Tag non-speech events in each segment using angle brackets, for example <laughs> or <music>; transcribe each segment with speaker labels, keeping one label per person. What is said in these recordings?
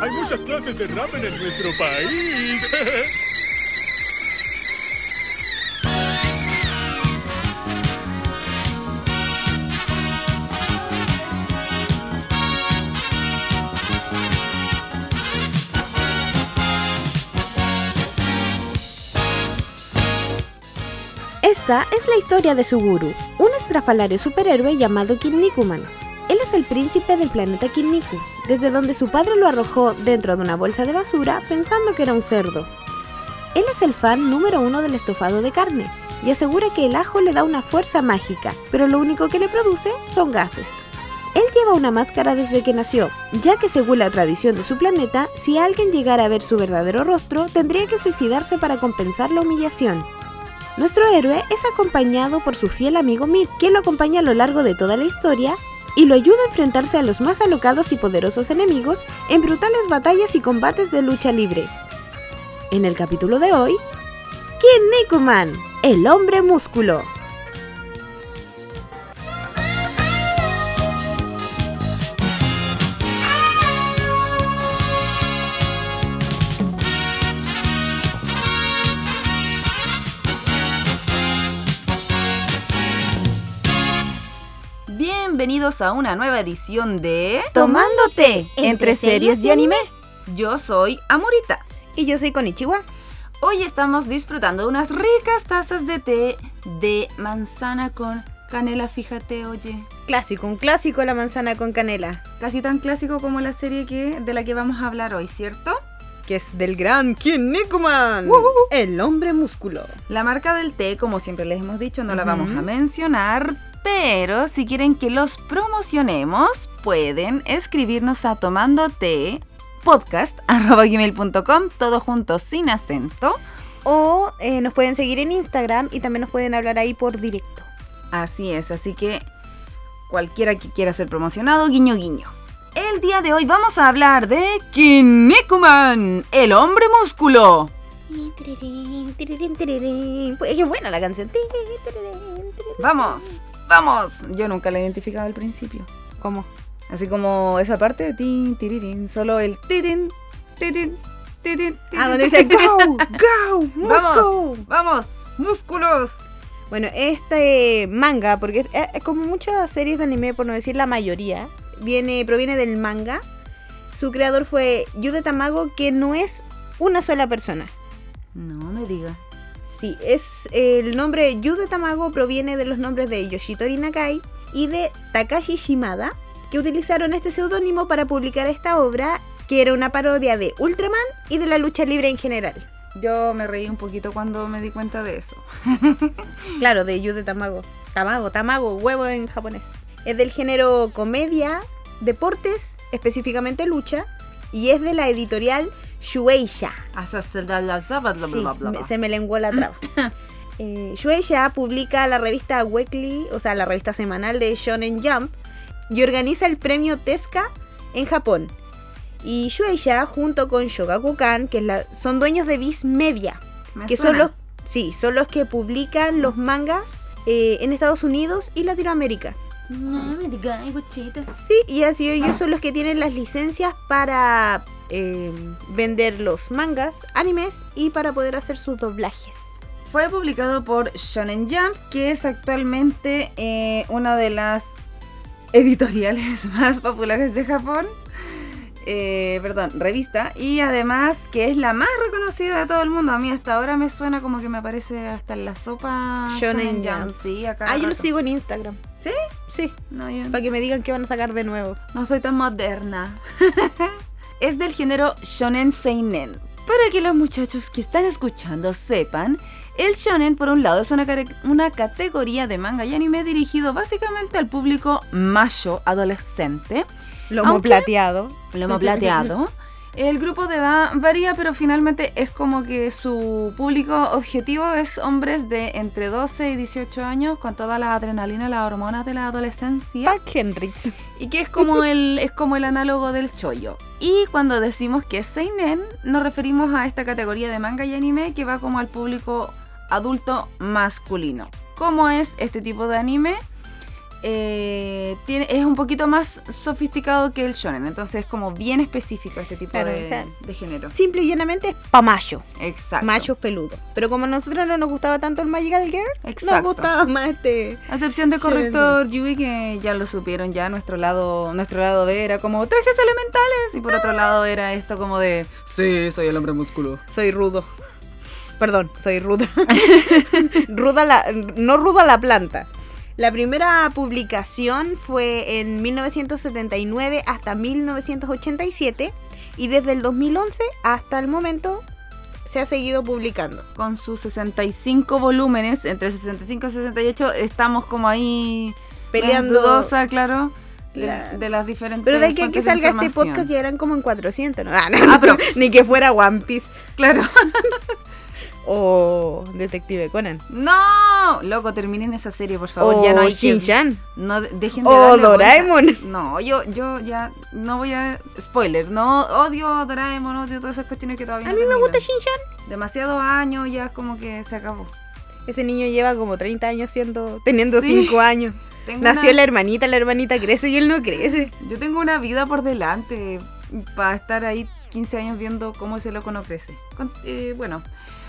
Speaker 1: Hay muchas clases de ramen en nuestro país. <laughs>
Speaker 2: Esta es la historia de Suguru, un estrafalario superhéroe llamado Kinnikuman. Él es el príncipe del planeta Kinniku, desde donde su padre lo arrojó dentro de una bolsa de basura pensando que era un cerdo. Él es el fan número uno del estofado de carne y asegura que el ajo le da una fuerza mágica, pero lo único que le produce son gases. Él lleva una máscara desde que nació, ya que según la tradición de su planeta, si alguien llegara a ver su verdadero rostro, tendría que suicidarse para compensar la humillación. Nuestro héroe es acompañado por su fiel amigo Mir, quien lo acompaña a lo largo de toda la historia y lo ayuda a enfrentarse a los más alocados y poderosos enemigos en brutales batallas y combates de lucha libre. En el capítulo de hoy, Kinnikuman, el hombre músculo.
Speaker 3: Bienvenidos a una nueva edición de
Speaker 2: Tomándote
Speaker 4: entre series y anime.
Speaker 3: Yo soy Amurita.
Speaker 2: Y yo soy Konichiwa.
Speaker 3: Hoy estamos disfrutando de unas ricas tazas de té de manzana con canela, fíjate, oye.
Speaker 2: Clásico, un clásico la manzana con canela,
Speaker 3: Casi tan clásico como la serie que, de la que vamos a hablar hoy, ¿cierto?
Speaker 2: que es del gran Kinnikuman, el hombre músculo.
Speaker 3: La marca del té, como siempre les hemos dicho, no la
Speaker 2: Ujú.
Speaker 3: vamos a mencionar, pero si quieren que los promocionemos, pueden escribirnos a tomando té podcast.gmail.com, todo junto sin acento.
Speaker 4: O eh, nos pueden seguir en Instagram y también nos pueden hablar ahí por directo.
Speaker 3: Así es, así que cualquiera que quiera ser promocionado, guiño guiño. El día de hoy vamos a hablar de Kinnikuman, el hombre músculo.
Speaker 4: Pues es buena la canción.
Speaker 3: Vamos, vamos. Yo nunca la he identificado al principio.
Speaker 4: ¿Cómo?
Speaker 3: Así como esa parte de tin, tiririn, solo el titin, titin, titin, titin.
Speaker 4: Ah, donde
Speaker 3: <laughs>
Speaker 4: dice go, <laughs> go,
Speaker 3: Vamos,
Speaker 4: musco.
Speaker 3: vamos, músculos.
Speaker 4: Bueno, este manga, porque eh, eh, como muchas series de anime, por no decir la mayoría, viene, proviene del manga. Su creador fue Yude Tamago, que no es una sola persona.
Speaker 3: No me diga.
Speaker 4: Sí, es el nombre Yude Tamago proviene de los nombres de Yoshitori Nakai y de Takashi Shimada, que utilizaron este seudónimo para publicar esta obra, que era una parodia de Ultraman y de la lucha libre en general.
Speaker 3: Yo me reí un poquito cuando me di cuenta de eso.
Speaker 4: Claro, de Yude Tamago. Tamago, Tamago, huevo en japonés. Es del género comedia, deportes, específicamente lucha, y es de la editorial Shueisha.
Speaker 3: Hasta se da la zaba, bla, bla,
Speaker 4: Sí,
Speaker 3: bla, bla,
Speaker 4: me-
Speaker 3: bla.
Speaker 4: se me lenguó la
Speaker 3: <laughs>
Speaker 4: traba. eh, Shueisha publica la revista Weekly, o sea, la revista semanal de Shonen Jump, y organiza el premio Tesca en Japón. Y Shueisha, junto con Shogakukan, que es la- son dueños de Viz Media,
Speaker 3: Me
Speaker 4: que son
Speaker 3: Ah, suena.
Speaker 4: los, sí, son los que publican los mangas eh, en Estados Unidos y Latinoamérica.
Speaker 3: No me diga, ay, guachita.
Speaker 4: Sí, y así ellos son los que tienen las licencias para eh, vender los mangas, animes y para poder hacer sus doblajes.
Speaker 3: Fue publicado por Shonen Jump, que es actualmente eh, una de las editoriales <laughs> más populares de Japón. Eh, perdón, revista. Y además que es la más reconocida de todo el mundo. A mí hasta ahora me suena como que me aparece hasta en la sopa
Speaker 4: Shonen Jump.
Speaker 3: Sí, acá.
Speaker 4: Ah, yo lo sigo en Instagram.
Speaker 3: ¿Sí?
Speaker 4: Sí,
Speaker 3: No, yo
Speaker 4: para que me digan qué van a sacar de nuevo.
Speaker 3: no soy tan moderna. <laughs> es del género shonen seinen. Para que los muchachos que están escuchando sepan, el shonen por un lado es una, care- una categoría de manga y anime dirigido básicamente al público macho adolescente,
Speaker 4: Lomo
Speaker 3: Aunque-
Speaker 4: plateado.
Speaker 3: lomo plateado. El grupo de edad varía, pero finalmente es como que su público objetivo es hombres de entre 12 y 18 años con toda la adrenalina y las hormonas de la adolescencia.
Speaker 4: Pac Hendrix.
Speaker 3: Y que
Speaker 4: <laughs>
Speaker 3: es como el, es como el análogo del chollo. Y cuando decimos que es seinen, nos referimos a esta categoría de manga y anime que va como al público adulto masculino. ¿Cómo es este tipo de anime? eh, tiene, es un poquito más sofisticado que el shonen, entonces es como bien específico este tipo
Speaker 4: Claro,
Speaker 3: de,
Speaker 4: o sea,
Speaker 3: de género.
Speaker 4: Simple y llanamente es pa' macho.
Speaker 3: Exacto.
Speaker 4: Machos peludos. Pero como a nosotros no nos gustaba tanto el Magical Girl, nos
Speaker 3: Exacto.
Speaker 4: gustaba más este.
Speaker 3: A excepción de Corrector Yui, que ya lo supieron ya, nuestro lado, nuestro lado B era como trajes elementales, y por otro lado era esto como de sí, soy el hombre músculo.
Speaker 4: Soy rudo. Perdón, soy
Speaker 3: <laughs>
Speaker 4: ruda. ruda la, no ruda la planta. La primera publicación fue en 1979 hasta 1987 y desde el 2011 hasta el momento se ha seguido publicando.
Speaker 3: Con sus 65 volúmenes, entre 65 y 68, estamos como ahí medio
Speaker 4: Peleando.
Speaker 3: dudosa, claro, de,
Speaker 4: Claro.
Speaker 3: de las diferentes
Speaker 4: Pero de aquí a que
Speaker 3: fuentes
Speaker 4: salga este
Speaker 3: información.
Speaker 4: podcast ya eran como en 400, ¿no? Ah, no,
Speaker 3: Ah, pero-
Speaker 4: <laughs> ni que fuera One Piece <laughs>
Speaker 3: Claro.
Speaker 4: o Detective Conan.
Speaker 3: No, loco, terminen esa serie, por favor.
Speaker 4: o
Speaker 3: ya no hay que-
Speaker 4: Shin-Chan.
Speaker 3: No, de- dejen de
Speaker 4: O
Speaker 3: darle vuelta.
Speaker 4: Oh, Doraemon.
Speaker 3: No, yo, yo ya no voy a. Spoiler, no odio Doraemon, odio todas esas cuestiones que todavía
Speaker 4: A
Speaker 3: no
Speaker 4: mí me
Speaker 3: terminan.
Speaker 4: gusta Shin-Chan.
Speaker 3: Demasiados años, ya es como que se acabó.
Speaker 4: Ese niño lleva como 30 años siendo, teniendo
Speaker 3: Sí.
Speaker 4: 5 años.
Speaker 3: <laughs> Tengo
Speaker 4: Nació
Speaker 3: una-
Speaker 4: la hermanita, la hermanita crece y él no crece.
Speaker 3: Yo tengo una vida por delante para estar ahí 15 años viendo cómo ese loco no crece. Con- eh, bueno,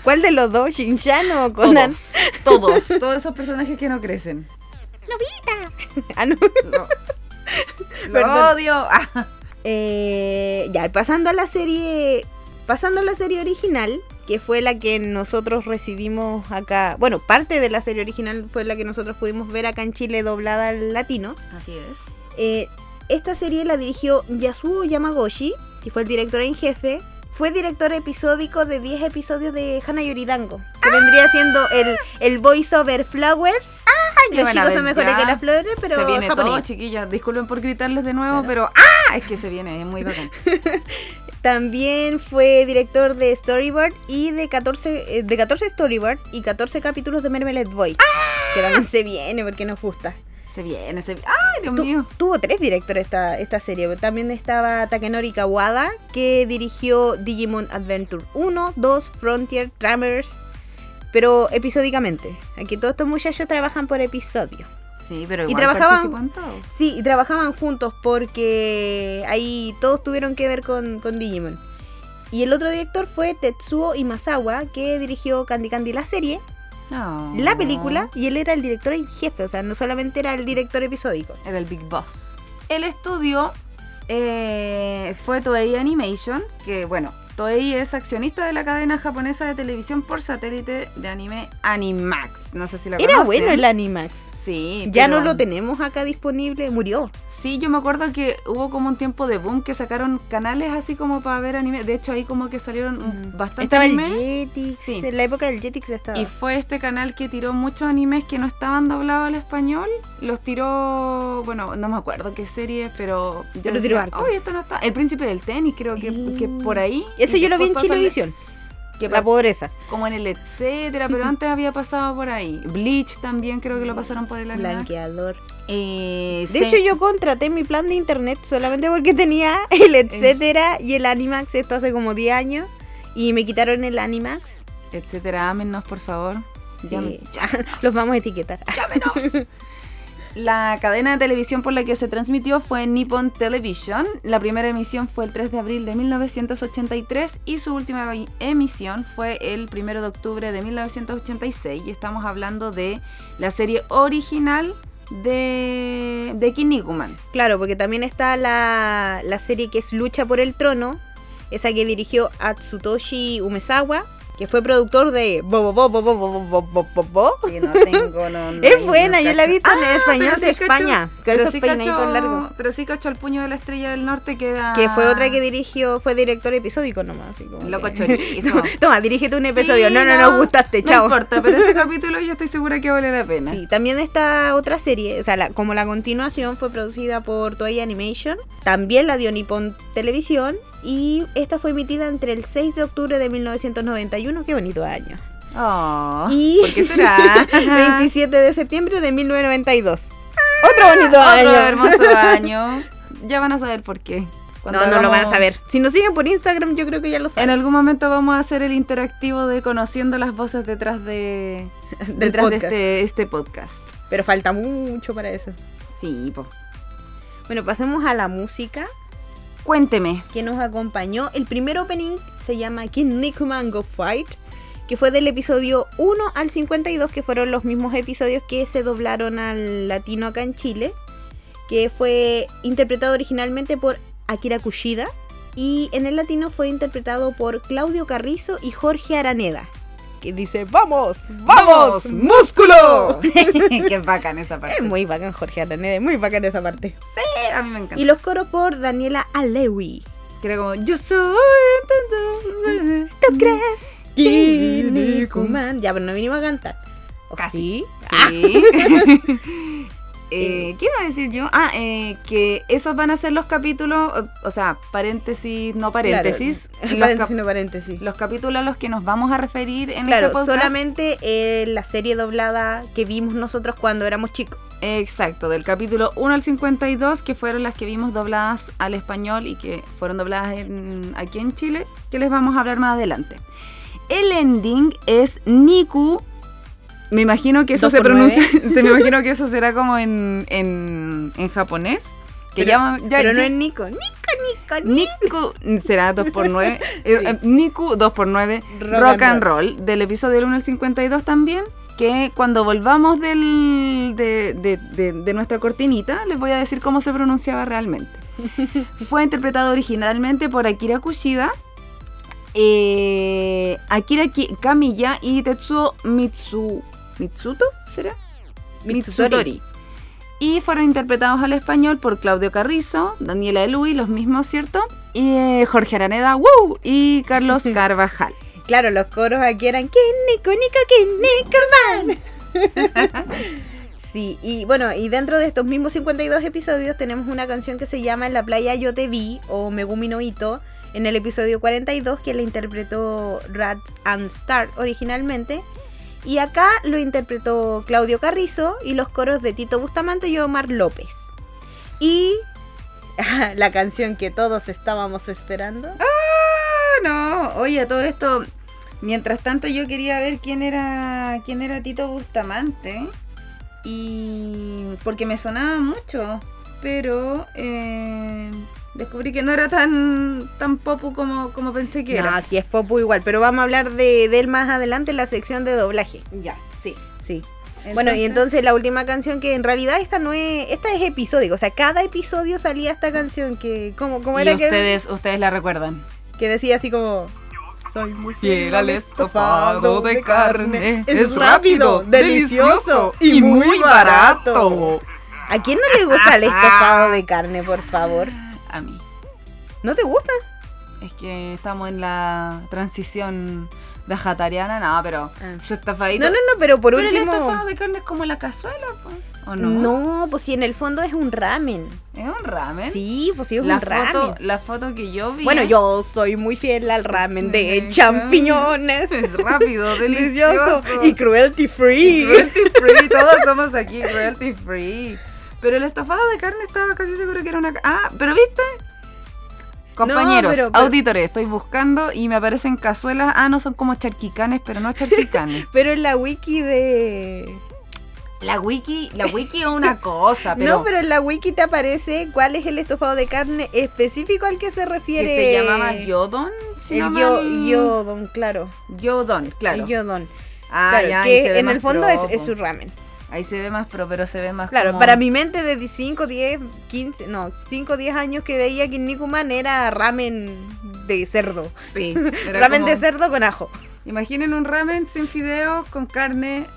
Speaker 4: ¿Cuál de los dos, Shin-Chan o Conan?
Speaker 3: todos, <laughs> todos, todos esos personajes que no crecen.
Speaker 4: Ah, no.
Speaker 3: Lo,
Speaker 4: <laughs>
Speaker 3: lo
Speaker 4: Perdón.
Speaker 3: odio. Ah,
Speaker 4: Eh, ya, pasando a la serie. Pasando a la serie original, que fue la que nosotros recibimos acá. Bueno, parte de la serie original fue la que nosotros pudimos ver acá en Chile doblada al latino.
Speaker 3: así es.
Speaker 4: Eh, esta serie la dirigió Yasuo Yamagoshi, que fue el director en jefe. Fue director episódico de 10 episodios de Hana Yuridango, que vendría siendo el, el voiceover Flowers.
Speaker 3: Ay,
Speaker 4: Los chicos son mejores que las flores, pero
Speaker 3: se viene
Speaker 4: japonés.
Speaker 3: todo, chiquillas. Disculpen por gritarles de nuevo, pero ¡ah! Es que se viene, es muy bacán.
Speaker 4: También fue director de Storyboard y de 14, eh, de 14 Storyboard y 14 capítulos de Mermelade Boy. Que también se viene eh, porque nos gusta.
Speaker 3: Se viene, se viene. ¡Ay, Dios
Speaker 4: Tu-
Speaker 3: mío!
Speaker 4: tuvo tres directores esta, esta serie. También estaba Takenori Kawada, que dirigió Digimon Adventure 1, 2, Frontier, Tremors, pero episódicamente. Aquí todos estos muchachos trabajan por episodio.
Speaker 3: Sí, pero
Speaker 4: Y
Speaker 3: igual
Speaker 4: trabajaban-
Speaker 3: participan todos.
Speaker 4: Sí, y trabajaban juntos porque ahí todos tuvieron que ver con, con Digimon. Y el otro director fue Tetsuo Imasawa, que dirigió Candy Candy la serie,
Speaker 3: No.
Speaker 4: la película, y él era el director en jefe, o sea, no solamente era el director episódico.
Speaker 3: Era el Big Boss. El estudio eh, fue Toei Animation, que bueno, Toei es accionista de la cadena japonesa de televisión por satélite de anime Animax. No sé si la
Speaker 4: Era
Speaker 3: conocen.
Speaker 4: bueno el Animax.
Speaker 3: Sí,
Speaker 4: Ya
Speaker 3: pero-
Speaker 4: no lo tenemos acá disponible, murió.
Speaker 3: Sí, yo me acuerdo que hubo como un tiempo de boom que sacaron canales así como para ver anime. De hecho, ahí como que salieron un- bastante
Speaker 4: Mm. Estaba el
Speaker 3: anime.
Speaker 4: Jetix,
Speaker 3: Sí.
Speaker 4: en la época del Jetix estaba.
Speaker 3: Y fue este canal que tiró muchos animes que no estaban doblados al español. Los tiró, bueno, no me acuerdo qué series, pero yo
Speaker 4: Pero tiró harto.
Speaker 3: "Oye, esto no está. El Príncipe del Tenis, creo que, que por ahí.
Speaker 4: Eso
Speaker 3: Y
Speaker 4: yo lo vi en
Speaker 3: después pasan-
Speaker 4: Chilevisión,
Speaker 3: que
Speaker 4: la
Speaker 3: pa-
Speaker 4: pobreza.
Speaker 3: como en el
Speaker 4: <laughs>
Speaker 3: etcétera, pero antes había pasado por ahí. Bleach también creo que lo pasaron por el anime.
Speaker 4: Blanqueador.
Speaker 3: Eh,
Speaker 4: De
Speaker 3: se-
Speaker 4: hecho, yo contraté mi plan de internet solamente porque tenía el etcétera y el Animax, esto hace como 10 años, y me quitaron el Animax.
Speaker 3: Etcétera, ámennos, por favor.
Speaker 4: Sí.
Speaker 3: Llam-
Speaker 4: <laughs> Los vamos a etiquetar. Ah,
Speaker 3: ¡Llámenos! <laughs> La cadena de televisión por la que se transmitió fue Nippon Television. La primera emisión fue el 3 de abril de 1983 y su última vi- emisión fue el 1 de octubre de 1986. Y estamos hablando de la serie original de, de Kinnikuman.
Speaker 4: Claro, porque también está la, la serie que es Lucha por el Trono, esa que dirigió Atsutoshi Umezawa, que fue productor de Bobo Bobo Bobo Bobo Bobo Bobo. <laughs> Es buena, yo la he visto
Speaker 3: Ah,
Speaker 4: en español de España, con
Speaker 3: pero
Speaker 4: esos
Speaker 3: sí,
Speaker 4: peinaditos
Speaker 3: cacho,
Speaker 4: largos.
Speaker 3: pero sí cacho el puño de la estrella del norte que era...
Speaker 4: Que fue otra
Speaker 3: Ah.
Speaker 4: que dirigió, fue director episódico nomás. Así como
Speaker 3: Loco
Speaker 4: que- <laughs>
Speaker 3: chorizo.
Speaker 4: Toma, dirígete un episodio.
Speaker 3: Sí,
Speaker 4: no, no, no, gustaste,
Speaker 3: no
Speaker 4: chao.
Speaker 3: importa, pero ese capítulo yo estoy segura que vale la pena.
Speaker 4: Sí, también está otra serie, o sea, la- como la continuación fue producida por Toei Animation, también la dio Nippon Televisión y esta fue emitida entre el 6 de octubre de 1991, qué bonito
Speaker 3: <laughs>
Speaker 4: año,
Speaker 3: Oh,
Speaker 4: Y-
Speaker 3: ¿Por
Speaker 4: <laughs>
Speaker 3: qué será? <laughs>
Speaker 4: 27 de septiembre de 1992. Otro bonito año.
Speaker 3: Ah, Otro hermoso año. Ya van a saber por qué. Cuando
Speaker 4: <laughs> No, no lo
Speaker 3: hagamos-
Speaker 4: van a saber. Si nos siguen por Instagram, yo creo que ya lo
Speaker 3: En
Speaker 4: saben.
Speaker 3: algún momento vamos a hacer el interactivo de conociendo las voces detrás de
Speaker 4: Del
Speaker 3: detrás
Speaker 4: podcast.
Speaker 3: de este, este podcast.
Speaker 4: Pero falta mucho para eso.
Speaker 3: Sí, po.
Speaker 4: Bueno, pasemos a la música
Speaker 3: Cuénteme.
Speaker 4: que nos acompañó. El primer opening se llama King Nikuman Go Fight, que fue del episodio 1 al 52, que fueron los mismos episodios que se doblaron al latino acá en Chile, que fue interpretado originalmente por Akira Kushida y en el latino fue interpretado por Claudio Carrizo y Jorge Araneda, que dice, vamos, vamos,
Speaker 3: ¡Vamos,
Speaker 4: músculo.
Speaker 3: <laughs> Qué bacán esa parte.
Speaker 4: Oh. Es muy bacán Jorge Araneda, es muy bacán esa parte.
Speaker 3: Eh, a mí me encanta.
Speaker 4: Y los coros por Daniela Alewi.
Speaker 3: Que era como, yo soy.
Speaker 4: ¿Tú crees?
Speaker 3: Kinnikuman.
Speaker 4: Ya, pero no vinimos a cantar. ¿O
Speaker 3: Casi.
Speaker 4: sí?
Speaker 3: <laughs> Sí. Eh, Ah. ¿Qué iba a decir yo? Ah, eh, que esos van a ser los capítulos, eh, o sea, paréntesis, no
Speaker 4: <laughs>
Speaker 3: paréntesis.
Speaker 4: Claro.
Speaker 3: los,
Speaker 4: Paréntesis,
Speaker 3: cap-
Speaker 4: no paréntesis.
Speaker 3: los capítulos a los que nos vamos a referir en
Speaker 4: Claro,
Speaker 3: este podcast.
Speaker 4: solamente eh, la serie doblada que vimos nosotros cuando éramos chicos.
Speaker 3: Exacto, del capítulo 1 al 52, que fueron las que vimos dobladas al español y que fueron dobladas en- aquí en Chile, que les vamos a hablar más adelante. El ending es Niku. Me imagino que eso
Speaker 4: Dos
Speaker 3: se
Speaker 4: por
Speaker 3: pronuncia. <laughs> se me imagino que eso será como en, en, en japonés. Que
Speaker 4: Pero-
Speaker 3: llama. ya-
Speaker 4: pero no
Speaker 3: ya-
Speaker 4: es Nico. Nico, Nico, Nico.
Speaker 3: Niku será 2x9. eh, Niku 2x9
Speaker 4: Rock and
Speaker 3: Rock, and roll. del episodio del 1 al 52 también. Que cuando volvamos del, de, de- de- de nuestra cortinita, les voy a decir cómo se pronunciaba <laughs> realmente. Fue interpretado originalmente por Akira Kushida, eh, Akira Ki- Kamiya y Tetsuo Mitsu, Mitsuto, ¿será?
Speaker 4: Mitsutori.
Speaker 3: Mitsutori. Y fueron interpretados al español por Claudio Carrizo, Daniela Elui, los mismos, ¿cierto? Y eh, Jorge Araneda, ¡wow! Y <laughs> Carlos Carvajal.
Speaker 4: Claro, los coros aquí eran que Nico, Nico, que Nico, man. <laughs> sí, y bueno, y dentro de estos mismos 52 episodios tenemos una canción que se llama En la playa yo te vi o Megumi no Ito en el episodio 42 que la interpretó Rat and Star originalmente. Y acá lo interpretó Claudio Carrizo y los coros de Tito Bustamante y Omar López. Y <laughs> la canción que todos estábamos esperando.
Speaker 3: no, oye, todo esto. Mientras tanto, yo quería ver quién era quién era Tito Bustamante. Y. porque me sonaba mucho. Pero eh, descubrí que no era tan. tan popu como, como pensé que
Speaker 4: No,
Speaker 3: era.
Speaker 4: si es Popu igual, pero vamos a hablar de, de él más adelante en la sección de doblaje.
Speaker 3: Ya, sí.
Speaker 4: Sí. bueno, y entonces la última canción que en realidad esta no es, esta es episódico, o sea, cada episodio salía esta canción que como como
Speaker 3: Y
Speaker 4: era que,
Speaker 3: ustedes, ustedes la recuerdan.
Speaker 4: que decía así como soy muy
Speaker 3: Fiel al estofado de carne. Es rápido, delicioso y muy barato.
Speaker 4: ¿A quién no le gusta
Speaker 3: <laughs>
Speaker 4: el estofado de carne, por favor?
Speaker 3: A mí.
Speaker 4: ¿No te gusta?
Speaker 3: Es que estamos en la transición vegetariana, no, pero
Speaker 4: Ah.
Speaker 3: su estafadito.
Speaker 4: No, no, no, pero por
Speaker 3: pero el
Speaker 4: último
Speaker 3: estafado de carne es como la cazuela, po, ¿o no?
Speaker 4: no? pues si en el fondo es un ramen.
Speaker 3: Es un ramen.
Speaker 4: Sí, pues sí es
Speaker 3: la
Speaker 4: un ramen.
Speaker 3: foto, La foto que yo vi.
Speaker 4: Bueno, yo soy muy fiel al ramen de
Speaker 3: De
Speaker 4: champiñones.
Speaker 3: <laughs> Es rápido,
Speaker 4: <laughs> Delicioso
Speaker 3: delicioso.
Speaker 4: y cruelty free.
Speaker 3: Cruelty free, todos somos aquí cruelty free. Pero el estofado de carne estaba casi seguro que era una... ca- Ah, pero viste... Compañeros,
Speaker 4: pero- pero-
Speaker 3: auditores, estoy buscando y me aparecen cazuelas. Ah, no, son como charquicanes, pero no charquicanes.
Speaker 4: Pero en la wiki de.
Speaker 3: <laughs> La wiki, la wiki es una cosa, Ah, pero,
Speaker 4: No, pero en la wiki te aparece cuál es el estofado de carne específico al que se
Speaker 3: que
Speaker 4: refiere.
Speaker 3: se llamaba yodon, si
Speaker 4: El
Speaker 3: no
Speaker 4: yo,
Speaker 3: mal-
Speaker 4: yodon, claro.
Speaker 3: Yodon, claro.
Speaker 4: El yodon.
Speaker 3: ah,
Speaker 4: Claro,
Speaker 3: ya, ahí se
Speaker 4: que
Speaker 3: ve
Speaker 4: en
Speaker 3: más
Speaker 4: el fondo
Speaker 3: pro,
Speaker 4: es, es
Speaker 3: po.
Speaker 4: su ramen.
Speaker 3: Ahí se ve más pro, pero se ve más
Speaker 4: Claro,
Speaker 3: como-
Speaker 4: para mi mente de 5, 10, 15, no, 5, 10 años que veía Kinnikuman era ramen de cerdo.
Speaker 3: <laughs> Sí, era
Speaker 4: Ramen
Speaker 3: como-
Speaker 4: de cerdo con ajo.
Speaker 3: Imaginen un ramen sin fideos con carne,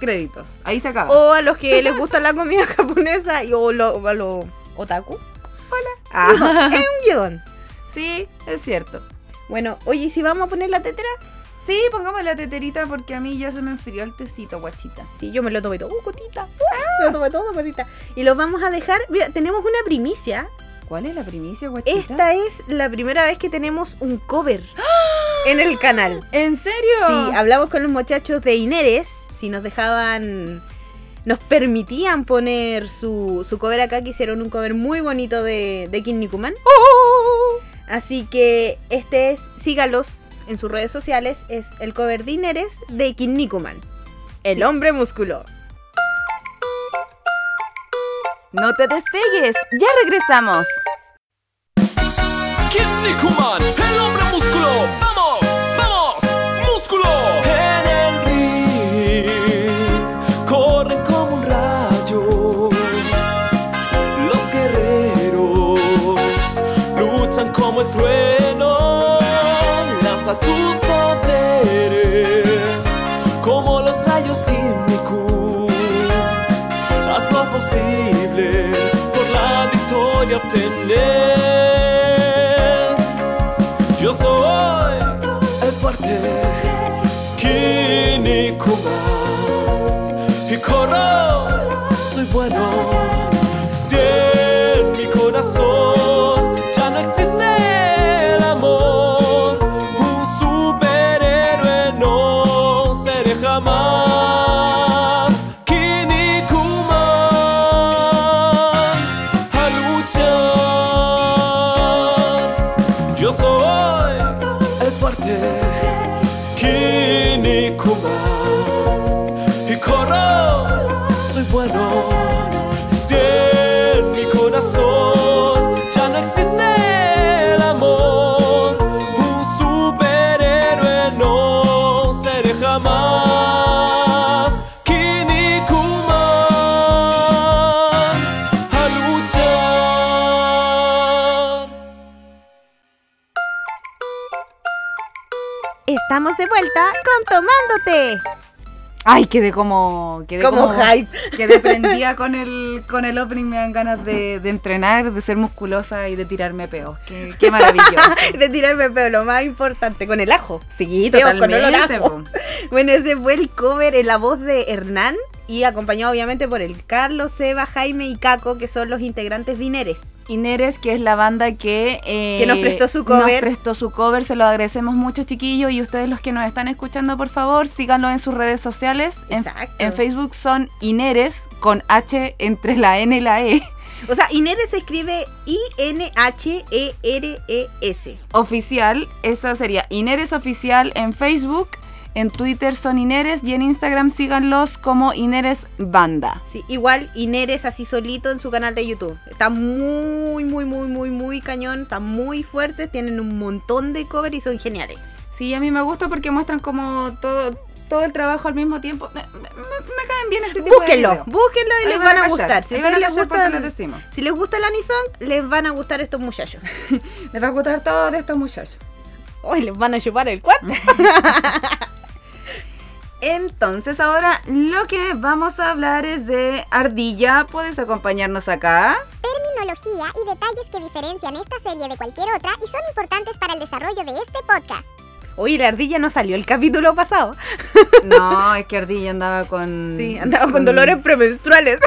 Speaker 3: créditos. Ahí se acaba.
Speaker 4: O a los que les gusta la comida <laughs> japonesa y, o lo, a los otaku.
Speaker 3: Ah,
Speaker 4: Es un guión.
Speaker 3: sí, es cierto.
Speaker 4: Bueno, oye, ¿y si vamos a poner la tetera?
Speaker 3: Sí, pongamos la teterita porque a mí ya se me enfrió el tecito, guachita.
Speaker 4: Sí, yo me lo tomé todo, uh, cotita. Uh, me lo tomé todo, cotita. Y los vamos a dejar. Mira, tenemos una primicia.
Speaker 3: ¿Cuál es la primicia, guachita?
Speaker 4: Esta es la primera vez que tenemos un cover en el canal.
Speaker 3: ¿En serio?
Speaker 4: Sí, hablamos con los muchachos de Ineres, si nos dejaban, nos permitían poner su, su cover acá, que hicieron un cover muy bonito de, de Kinnikuman. ¡Uh! Así que este es, sígalos en sus redes sociales, es el cover de Ineres de Kinnikuman. El
Speaker 3: Sí.
Speaker 4: hombre músculo.
Speaker 3: No te despegues, ya regresamos.
Speaker 5: Kid Nikuman, el hombre músculo. ¡Vamos! ¡Vamos! ¡Músculo! En el ring corren como un rayo. Los guerreros luchan como el trueno. Lanza tus poderes como los rayos Kid haz lo posible por la victoria obtener. Yo soy el fuerte Kinnikuman y corro, soy bueno. Si en mi corazón ya no existe el amor, un superhéroe no seré jamás. Kinnikuman a luchar. Yo soy el fuerte Kinnikuman y corro. Soy bueno. Si en mi corazón ya no existe el amor, un superhéroe no seré jamás. Kinnikuman a luchar.
Speaker 4: Estamos de vuelta con Tomándote.
Speaker 3: Ay, quedé como. Quedé
Speaker 4: Como hype.
Speaker 3: Quedé prendida con el, con el opening. Me dan ganas de, de entrenar, de ser musculosa y de tirarme peos. Qué, qué <laughs> maravilloso.
Speaker 4: <laughs> De tirarme peo, lo más importante, con el ajo.
Speaker 3: Sí,
Speaker 4: Peos con olor a
Speaker 3: totalmente.
Speaker 4: ajo.
Speaker 3: po.
Speaker 4: Bueno, ese fue el cover en la voz de Hernán y acompañado obviamente por el Carlos, Seba, Jaime y Caco, que son los integrantes de Ineres.
Speaker 3: Ineres, que es la banda que... eh,
Speaker 4: Que nos prestó su
Speaker 3: Nos
Speaker 4: cover.
Speaker 3: prestó su cover, se lo agradecemos mucho, chiquillos. Y ustedes los que nos están escuchando, por favor, síganlo en sus redes sociales. En-
Speaker 4: Exacto.
Speaker 3: En, Facebook son Ineres, con H entre la N y la E. <laughs>
Speaker 4: O sea, Ineres se escribe E I-N-H-E-R-E-S.
Speaker 3: Oficial, esa sería Ineres Oficial en Facebook. En Twitter son Ineres y en Instagram síganlos como Ineres Banda.
Speaker 4: Sí, igual Ineres así solito en su canal de YouTube. Está muy, muy, muy, muy, muy cañón. Está muy fuerte. Tienen un montón de cover y son geniales.
Speaker 3: Sí, a mí me gusta porque muestran como todo, todo el trabajo al mismo tiempo. Me, me- me- me caen bien este tipo de
Speaker 4: Búsquenlo,
Speaker 3: videos.
Speaker 4: búsquenlo y
Speaker 3: Ahí
Speaker 4: les van a
Speaker 3: cachar,
Speaker 4: gustar. Si,
Speaker 3: ahí
Speaker 4: ustedes
Speaker 3: van a
Speaker 4: les
Speaker 3: cachar por qué
Speaker 4: gustan-
Speaker 3: les decimos.
Speaker 4: si les gusta el Anisong, les van a gustar estos muchachos.
Speaker 3: Les va a gustar todo de estos muchachos.
Speaker 4: Hoy les van a llevar el cuerpo.
Speaker 3: Entonces ahora lo que vamos a hablar es de Ardilla. ¿Puedes acompañarnos acá?
Speaker 6: terminología y detalles que diferencian esta serie de cualquier otra y son importantes para el desarrollo de este podcast.
Speaker 4: Oye, la ardilla no salió el capítulo pasado. <laughs>
Speaker 3: No, es que Ardilla andaba con...
Speaker 4: Sí, andaba con dolores premenstruales.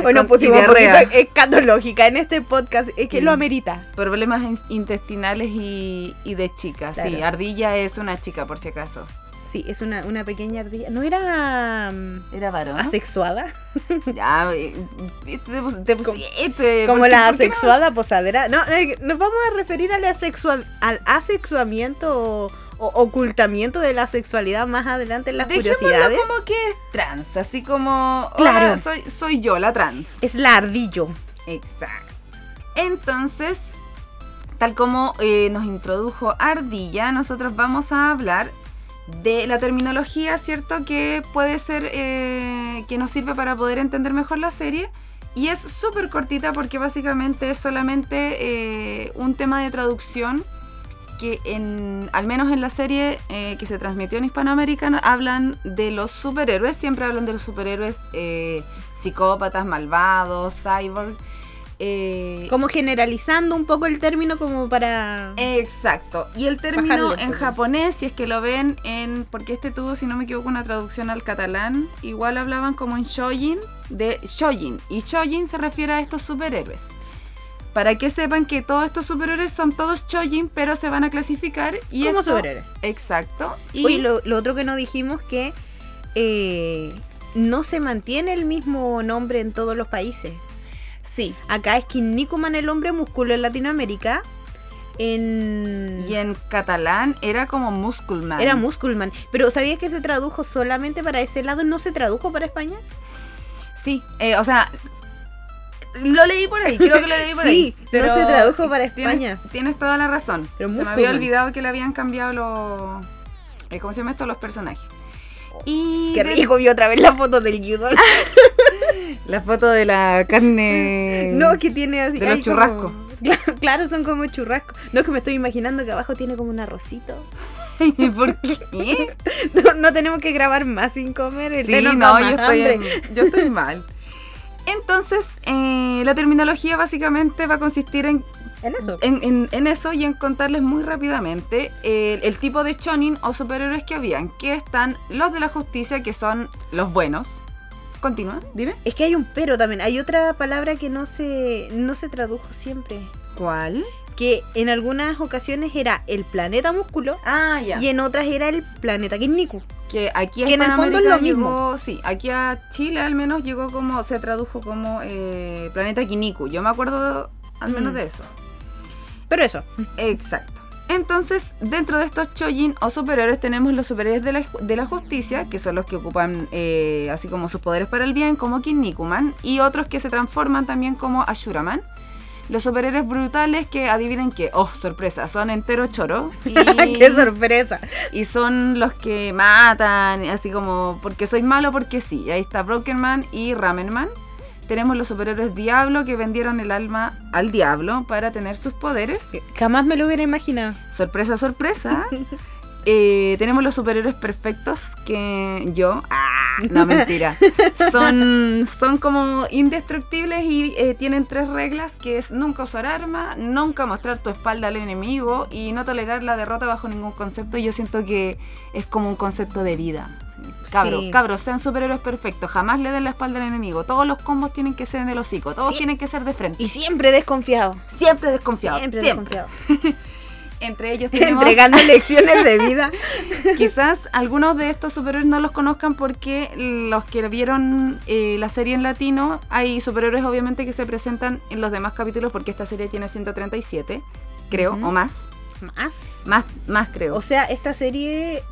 Speaker 4: pues, Hoy nos
Speaker 3: Mm. Con- y
Speaker 4: pusimos un poquito
Speaker 3: diarrea.
Speaker 4: escatológica en este podcast. Es que
Speaker 3: Sí.
Speaker 4: lo amerita.
Speaker 3: Problemas in- intestinales y, y de chicas. Sí,
Speaker 4: Claro.
Speaker 3: Ardilla es una chica por si acaso.
Speaker 4: Sí, es una, una pequeña ardilla. No era mm,
Speaker 3: Era varón.
Speaker 4: asexuada.
Speaker 3: Ya, eh, te, pus- te
Speaker 4: Como
Speaker 3: pusiste, Eh, ¿por
Speaker 4: la
Speaker 3: qué- por qué no?
Speaker 4: asexuada posadera. No, eh, nos vamos a referir al, asexua- al asexuamiento o, o ocultamiento de la sexualidad más adelante en las
Speaker 3: Dejémoslo
Speaker 4: curiosidades.
Speaker 3: como que es trans, así como...
Speaker 4: Claro.
Speaker 3: "Hola, soy, soy yo la trans.
Speaker 4: Es la ardillo.
Speaker 3: Exacto. Entonces, tal como eh, nos introdujo Ardilla, nosotros vamos a hablar de la terminología, ¿cierto? Que puede ser, eh, que nos sirve para poder entender mejor la serie. Y es súper cortita porque básicamente es solamente eh, un tema de traducción que en, al menos en la serie eh, que se transmitió en Hispanoamérica no- hablan de los superhéroes, siempre hablan de los superhéroes eh, psicópatas, malvados, cyborg. eh,
Speaker 4: Como generalizando un poco el término como para...
Speaker 3: Exacto. Y el término
Speaker 4: Bajarle el
Speaker 3: en
Speaker 4: tono.
Speaker 3: japonés, si es que lo ven en. Porque este tuvo, si no me equivoco, una traducción al catalán. Igual hablaban como en shojin, de shojin. Y shojin se refiere a estos superhéroes. Para que sepan que todos estos superhéroes son todos shojin, pero se van a clasificar. Y
Speaker 4: como
Speaker 3: esto-
Speaker 4: superhéroe.
Speaker 3: Exacto. Y
Speaker 4: Oye, lo, lo otro que no dijimos que eh, no se mantiene el mismo nombre en todos los países.
Speaker 3: sí.
Speaker 4: Acá es Kinnikuman el hombre músculo en Latinoamérica. En...
Speaker 3: Y en catalán era como musculman.
Speaker 4: Mm. Era Musculman. Pero ¿sabías que se tradujo solamente para ese lado? ¿No se tradujo para España?
Speaker 3: Sí, eh, o sea, Lo leí por ahí, creo que lo leí por
Speaker 4: <laughs> Sí,
Speaker 3: ahí.
Speaker 4: no
Speaker 3: pero
Speaker 4: se tradujo para
Speaker 3: tienes-
Speaker 4: España.
Speaker 3: Tienes, toda la razón.
Speaker 4: Pero
Speaker 3: se me
Speaker 4: Muscleman.
Speaker 3: había olvidado que le habían cambiado los. eh, ¿Cómo se llama esto? Los personajes. Y.
Speaker 4: Oh, Qué
Speaker 3: de-
Speaker 4: rico, vi otra vez la foto del Yudol.
Speaker 3: La foto de la
Speaker 4: <laughs>
Speaker 3: carne.
Speaker 4: No, que tiene así.
Speaker 3: de los
Speaker 4: hay como-
Speaker 3: churrascos.
Speaker 4: Claro, <laughs> claro, son como churrascos. No es que me estoy imaginando que abajo tiene como un arrocito.
Speaker 3: <laughs> ¿Por
Speaker 4: <laughs>
Speaker 3: qué?
Speaker 4: No, no tenemos que grabar más sin comer. este
Speaker 3: Sí,
Speaker 4: nos da
Speaker 3: no,
Speaker 4: más
Speaker 3: yo
Speaker 4: hambre.
Speaker 3: estoy, yo estoy mal. Entonces, eh, la terminología básicamente va a consistir en
Speaker 4: En eso.
Speaker 3: en, en- en eso y en contarles muy rápidamente el, el tipo de shonin o superhéroes que habían, que están los de la justicia, que son los buenos. Continúa, dime.
Speaker 4: Es que hay un pero también. Hay otra palabra que no se, no se tradujo siempre.
Speaker 3: ¿Cuál?
Speaker 4: Que en algunas ocasiones era el planeta músculo
Speaker 3: Ah, ya.
Speaker 4: y en otras era el planeta Kinniku.
Speaker 3: Que aquí a
Speaker 4: que en el fondo es
Speaker 3: Hispanoamérica
Speaker 4: lo mismo.
Speaker 3: llegó- sí, aquí a Chile al menos llegó como, se tradujo como eh, Planeta Kiniku. Yo me acuerdo al menos
Speaker 4: Mm.
Speaker 3: de eso.
Speaker 4: Pero eso.
Speaker 3: Exacto. Entonces, dentro de estos Chojin o superhéroes tenemos los superhéroes de la, de la justicia, que son los que ocupan eh, así como sus poderes para el bien, como Kinnikuman, y otros que se transforman también como Ashuraman. Los superhéroes brutales que adivinen que, oh, sorpresa, son
Speaker 4: <laughs>
Speaker 3: entero choro. Y,
Speaker 4: ¡Qué sorpresa!
Speaker 3: y son los que matan, así como porque soy malo porque sí. Y ahí está Broken Man y Ramen Man. Tenemos los superhéroes Diablo que vendieron el alma al diablo para tener sus poderes.
Speaker 4: Jamás me lo hubiera imaginado.
Speaker 3: Sorpresa, sorpresa. Eh, tenemos los superhéroes perfectos que yo. ¡Ah! No, mentira. Son, son como indestructibles y eh, tienen tres reglas que es nunca usar arma, nunca mostrar tu espalda al enemigo y no tolerar la derrota bajo ningún concepto. Y yo siento que es como un concepto de vida. Cabros,
Speaker 4: Sí.
Speaker 3: cabros, sean superhéroes perfectos. Jamás le den la espalda al enemigo. Todos los combos tienen que ser en el hocico. Todos
Speaker 4: Sí.
Speaker 3: tienen que ser de frente.
Speaker 4: Y siempre desconfiado.
Speaker 3: Siempre desconfiado.
Speaker 4: Siempre,
Speaker 3: Siempre,
Speaker 4: <laughs> desconfiado.
Speaker 3: Entre ellos
Speaker 4: <laughs>
Speaker 3: tenemos
Speaker 4: Entregando lecciones de vida.
Speaker 3: Quizás algunos de estos superhéroes no los conozcan porque los que vieron eh, la serie en latino, hay superhéroes obviamente que se presentan en los demás capítulos porque esta serie tiene 137, creo,
Speaker 4: Ujú.
Speaker 3: o más.
Speaker 4: Más.
Speaker 3: Más, más creo.
Speaker 4: O sea, esta serie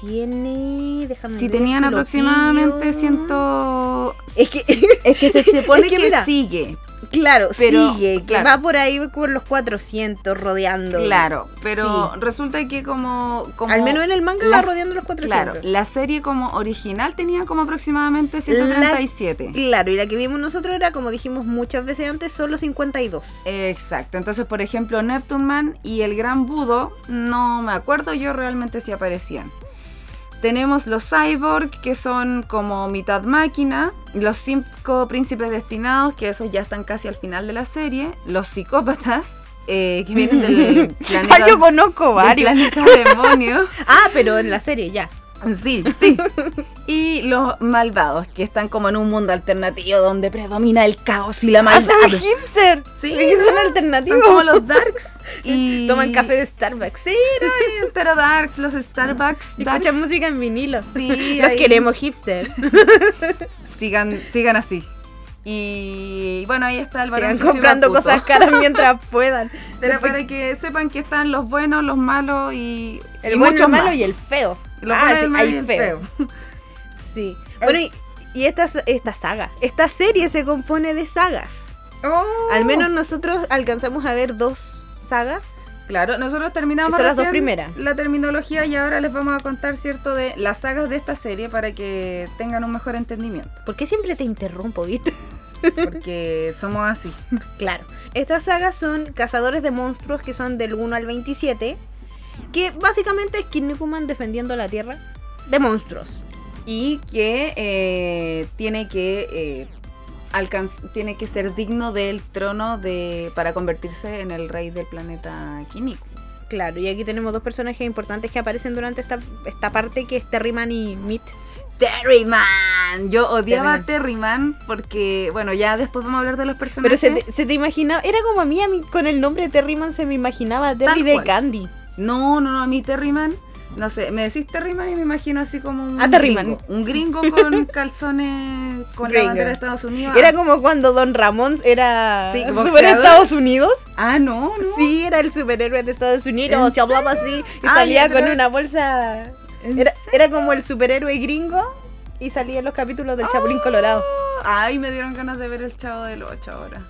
Speaker 4: tiene. Déjame
Speaker 3: si
Speaker 4: ver
Speaker 3: tenían
Speaker 4: si lo
Speaker 3: aproximadamente
Speaker 4: pillo.
Speaker 3: 100...
Speaker 4: Es que,
Speaker 3: <laughs> Es que se
Speaker 4: <laughs>
Speaker 3: supone
Speaker 4: es que
Speaker 3: que,
Speaker 4: mira,
Speaker 3: sigue,
Speaker 4: claro,
Speaker 3: Pero,
Speaker 4: sigue, que
Speaker 3: claro.
Speaker 4: va por ahí con los 400 rodeando.
Speaker 3: claro, pero resulta que como... como
Speaker 4: Al menos en el manga va
Speaker 3: las-
Speaker 4: rodeando los 400.
Speaker 3: Claro, la serie como original tenía como aproximadamente 137.
Speaker 4: Claro, y la que vimos nosotros era, como dijimos muchas veces antes, solo 52.
Speaker 3: Exacto, entonces por ejemplo Neptune Man y el Gran Budo, no me acuerdo yo realmente si aparecían. Tenemos los cyborg que son como mitad máquina, los cinco príncipes destinados que esos ya están casi al final de la serie, los psicópatas eh, que vienen del planeta,
Speaker 4: Ah, <laughs> yo conozco
Speaker 3: del
Speaker 4: varios.
Speaker 3: planeta demonio.
Speaker 4: Ah, pero en la serie
Speaker 3: <laughs>
Speaker 4: ya.
Speaker 3: Sí, sí. Y los malvados que están como en un mundo alternativo donde predomina el caos y la
Speaker 4: ¡Ah,
Speaker 3: maldad.
Speaker 4: son hipster!
Speaker 3: Sí,
Speaker 4: Es que son
Speaker 3: <laughs> Son
Speaker 4: alternativos.
Speaker 3: como los darks
Speaker 4: <laughs>
Speaker 3: y
Speaker 4: Toman café de Starbucks. Sí,
Speaker 3: <laughs> Ay, entero darks,
Speaker 4: <laughs>
Speaker 3: los Starbucks darks.
Speaker 4: escuchan música en vinilo.
Speaker 3: Sí,
Speaker 4: Los
Speaker 3: ahí.
Speaker 4: queremos hipster.
Speaker 3: Sigan, sigan así. Y bueno, ahí está el varón
Speaker 4: Sigan comprando
Speaker 3: Shibakuto.
Speaker 4: cosas caras mientras puedan.
Speaker 3: <laughs> Pero pues, para que sepan que están los buenos, los malos y,
Speaker 4: El
Speaker 3: y
Speaker 4: bueno,
Speaker 3: muchos
Speaker 4: el malo
Speaker 3: más.
Speaker 4: y el feo.
Speaker 3: Lo
Speaker 4: ah,
Speaker 3: bueno, el
Speaker 4: sí,
Speaker 3: malo
Speaker 4: hay
Speaker 3: y el
Speaker 4: feo. <laughs> Sí. Bueno, y, y esta, esta saga, esta serie se compone de sagas.
Speaker 3: Oh.
Speaker 4: Al menos nosotros alcanzamos a ver dos sagas.
Speaker 3: Claro, nosotros terminamos
Speaker 4: Que son las dos
Speaker 3: recién
Speaker 4: primeras.
Speaker 3: la terminología y ahora les vamos a contar, ¿cierto?, de las sagas de esta serie para que tengan un mejor entendimiento.
Speaker 4: ¿Por qué siempre te interrumpo, viste?
Speaker 3: Porque somos así.
Speaker 4: <laughs> Claro. Estas sagas son Cazadores de Monstruos que son del 1 al 27. Que básicamente es Kinnikuman defendiendo la Tierra de monstruos.
Speaker 3: y que eh, tiene que eh, alcanz- tiene que ser digno del trono de para convertirse en el rey del planeta Kiniku.
Speaker 4: Claro, y aquí tenemos dos personajes importantes que aparecen durante esta, esta parte que es Terryman y Meat.
Speaker 3: Terryman. Yo odiaba a Terryman porque bueno, ya después vamos a hablar de los
Speaker 4: Pero
Speaker 3: personajes.
Speaker 4: se te, se te imaginaba, era como a mí, a mí con el nombre de Terryman se me imaginaba a Terry
Speaker 3: Tal
Speaker 4: de
Speaker 3: cual.
Speaker 4: Candy.
Speaker 3: No, no, no, a mí Terryman no sé, me decís Terryman y me imagino así como un
Speaker 4: Ah, Terryman.
Speaker 3: gringo, un gringo
Speaker 4: <laughs>
Speaker 3: con calzones con
Speaker 4: Gringo.
Speaker 3: la bandera de Estados Unidos.
Speaker 4: Era como cuando Don Ramón era
Speaker 3: Ah. Sí,
Speaker 4: <laughs> super
Speaker 3: boxeador.
Speaker 4: Estados Unidos.
Speaker 3: Ah, no, no.
Speaker 4: Sí, era el superhéroe de Estados Unidos,
Speaker 3: ¿En
Speaker 4: se hablaba así y
Speaker 3: Ah,
Speaker 4: salía
Speaker 3: ya, pero
Speaker 4: con
Speaker 3: era-
Speaker 4: una bolsa.
Speaker 3: ¿En Ah,
Speaker 4: Era, era como el superhéroe gringo y salía en los capítulos del Chapulín Colorado.
Speaker 3: Ay, me dieron ganas de ver el chavo del 8 ahora.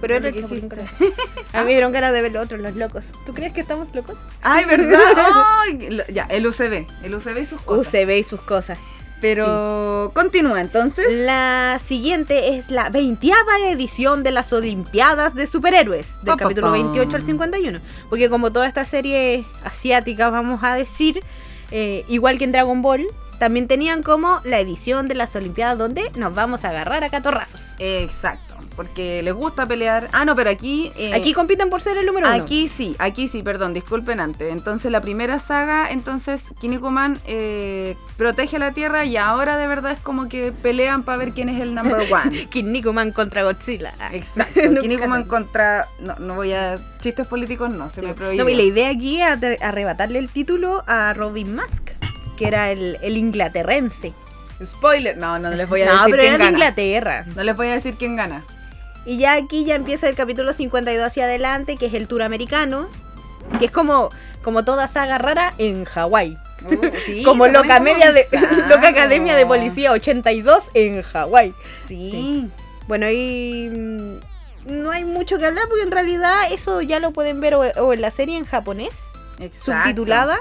Speaker 4: Pero
Speaker 3: Lo
Speaker 4: era el
Speaker 3: que
Speaker 4: Chapulín
Speaker 3: hiciste.
Speaker 4: Colorado. A mí me dieron ganas de ver los otros, los locos. ¿Tú crees que estamos locos? <laughs>
Speaker 3: Ay, ¿verdad? Ay, lo- ya, el UCB. El UCB y sus cosas.
Speaker 4: UCB y sus cosas.
Speaker 3: Pero continúa entonces.
Speaker 4: La siguiente es la veintiava edición de las Olimpiadas de Superhéroes, del
Speaker 3: Pa, pa,
Speaker 4: capítulo
Speaker 3: pa.
Speaker 4: 28 al 51. Porque como toda esta serie asiática, vamos a decir, eh, igual que en Dragon Ball, también tenían como la edición de las Olimpiadas donde nos vamos a agarrar a catorrazos.
Speaker 3: Exacto. Porque les gusta pelear. Ah, no, pero aquí. eh,
Speaker 4: Aquí compiten por ser el número uno.
Speaker 3: Aquí sí, aquí sí, perdón, disculpen antes. Entonces la primera saga, entonces Kinnikuman eh, protege la Tierra y ahora de verdad es como que pelean para ver quién es
Speaker 4: <laughs>
Speaker 3: el number one.
Speaker 4: Kinnikuman contra Godzilla. <laughs> Ah.
Speaker 3: Exacto.
Speaker 4: Nunca
Speaker 3: Kinnikuman
Speaker 4: tan-
Speaker 3: contra... No, no voy a... Chistes políticos no, se me prohíbe.
Speaker 4: No, y la idea aquí es atre- arrebatarle el título a Robin Musk, que era el, el inglaterrense.
Speaker 3: Spoiler. No, no les voy
Speaker 4: no,
Speaker 3: a decir
Speaker 4: pero
Speaker 3: quién
Speaker 4: era de
Speaker 3: gana.
Speaker 4: Inglaterra.
Speaker 3: No les voy a decir quién gana.
Speaker 4: Y ya aquí ya empieza el capítulo 52 hacia adelante, que es el tour americano, que es como, como toda saga rara en Hawái. <laughs>
Speaker 3: sí,
Speaker 4: como
Speaker 3: se
Speaker 4: loca,
Speaker 3: ponen
Speaker 4: media de, <laughs>
Speaker 3: bizarros.
Speaker 4: loca Academia de Policía 82 en Hawái.
Speaker 3: Sí.
Speaker 4: Bueno, y mm, no hay mucho que hablar porque en realidad eso ya lo pueden ver o, o en la serie en japonés,
Speaker 3: Exacto.
Speaker 4: subtitulada,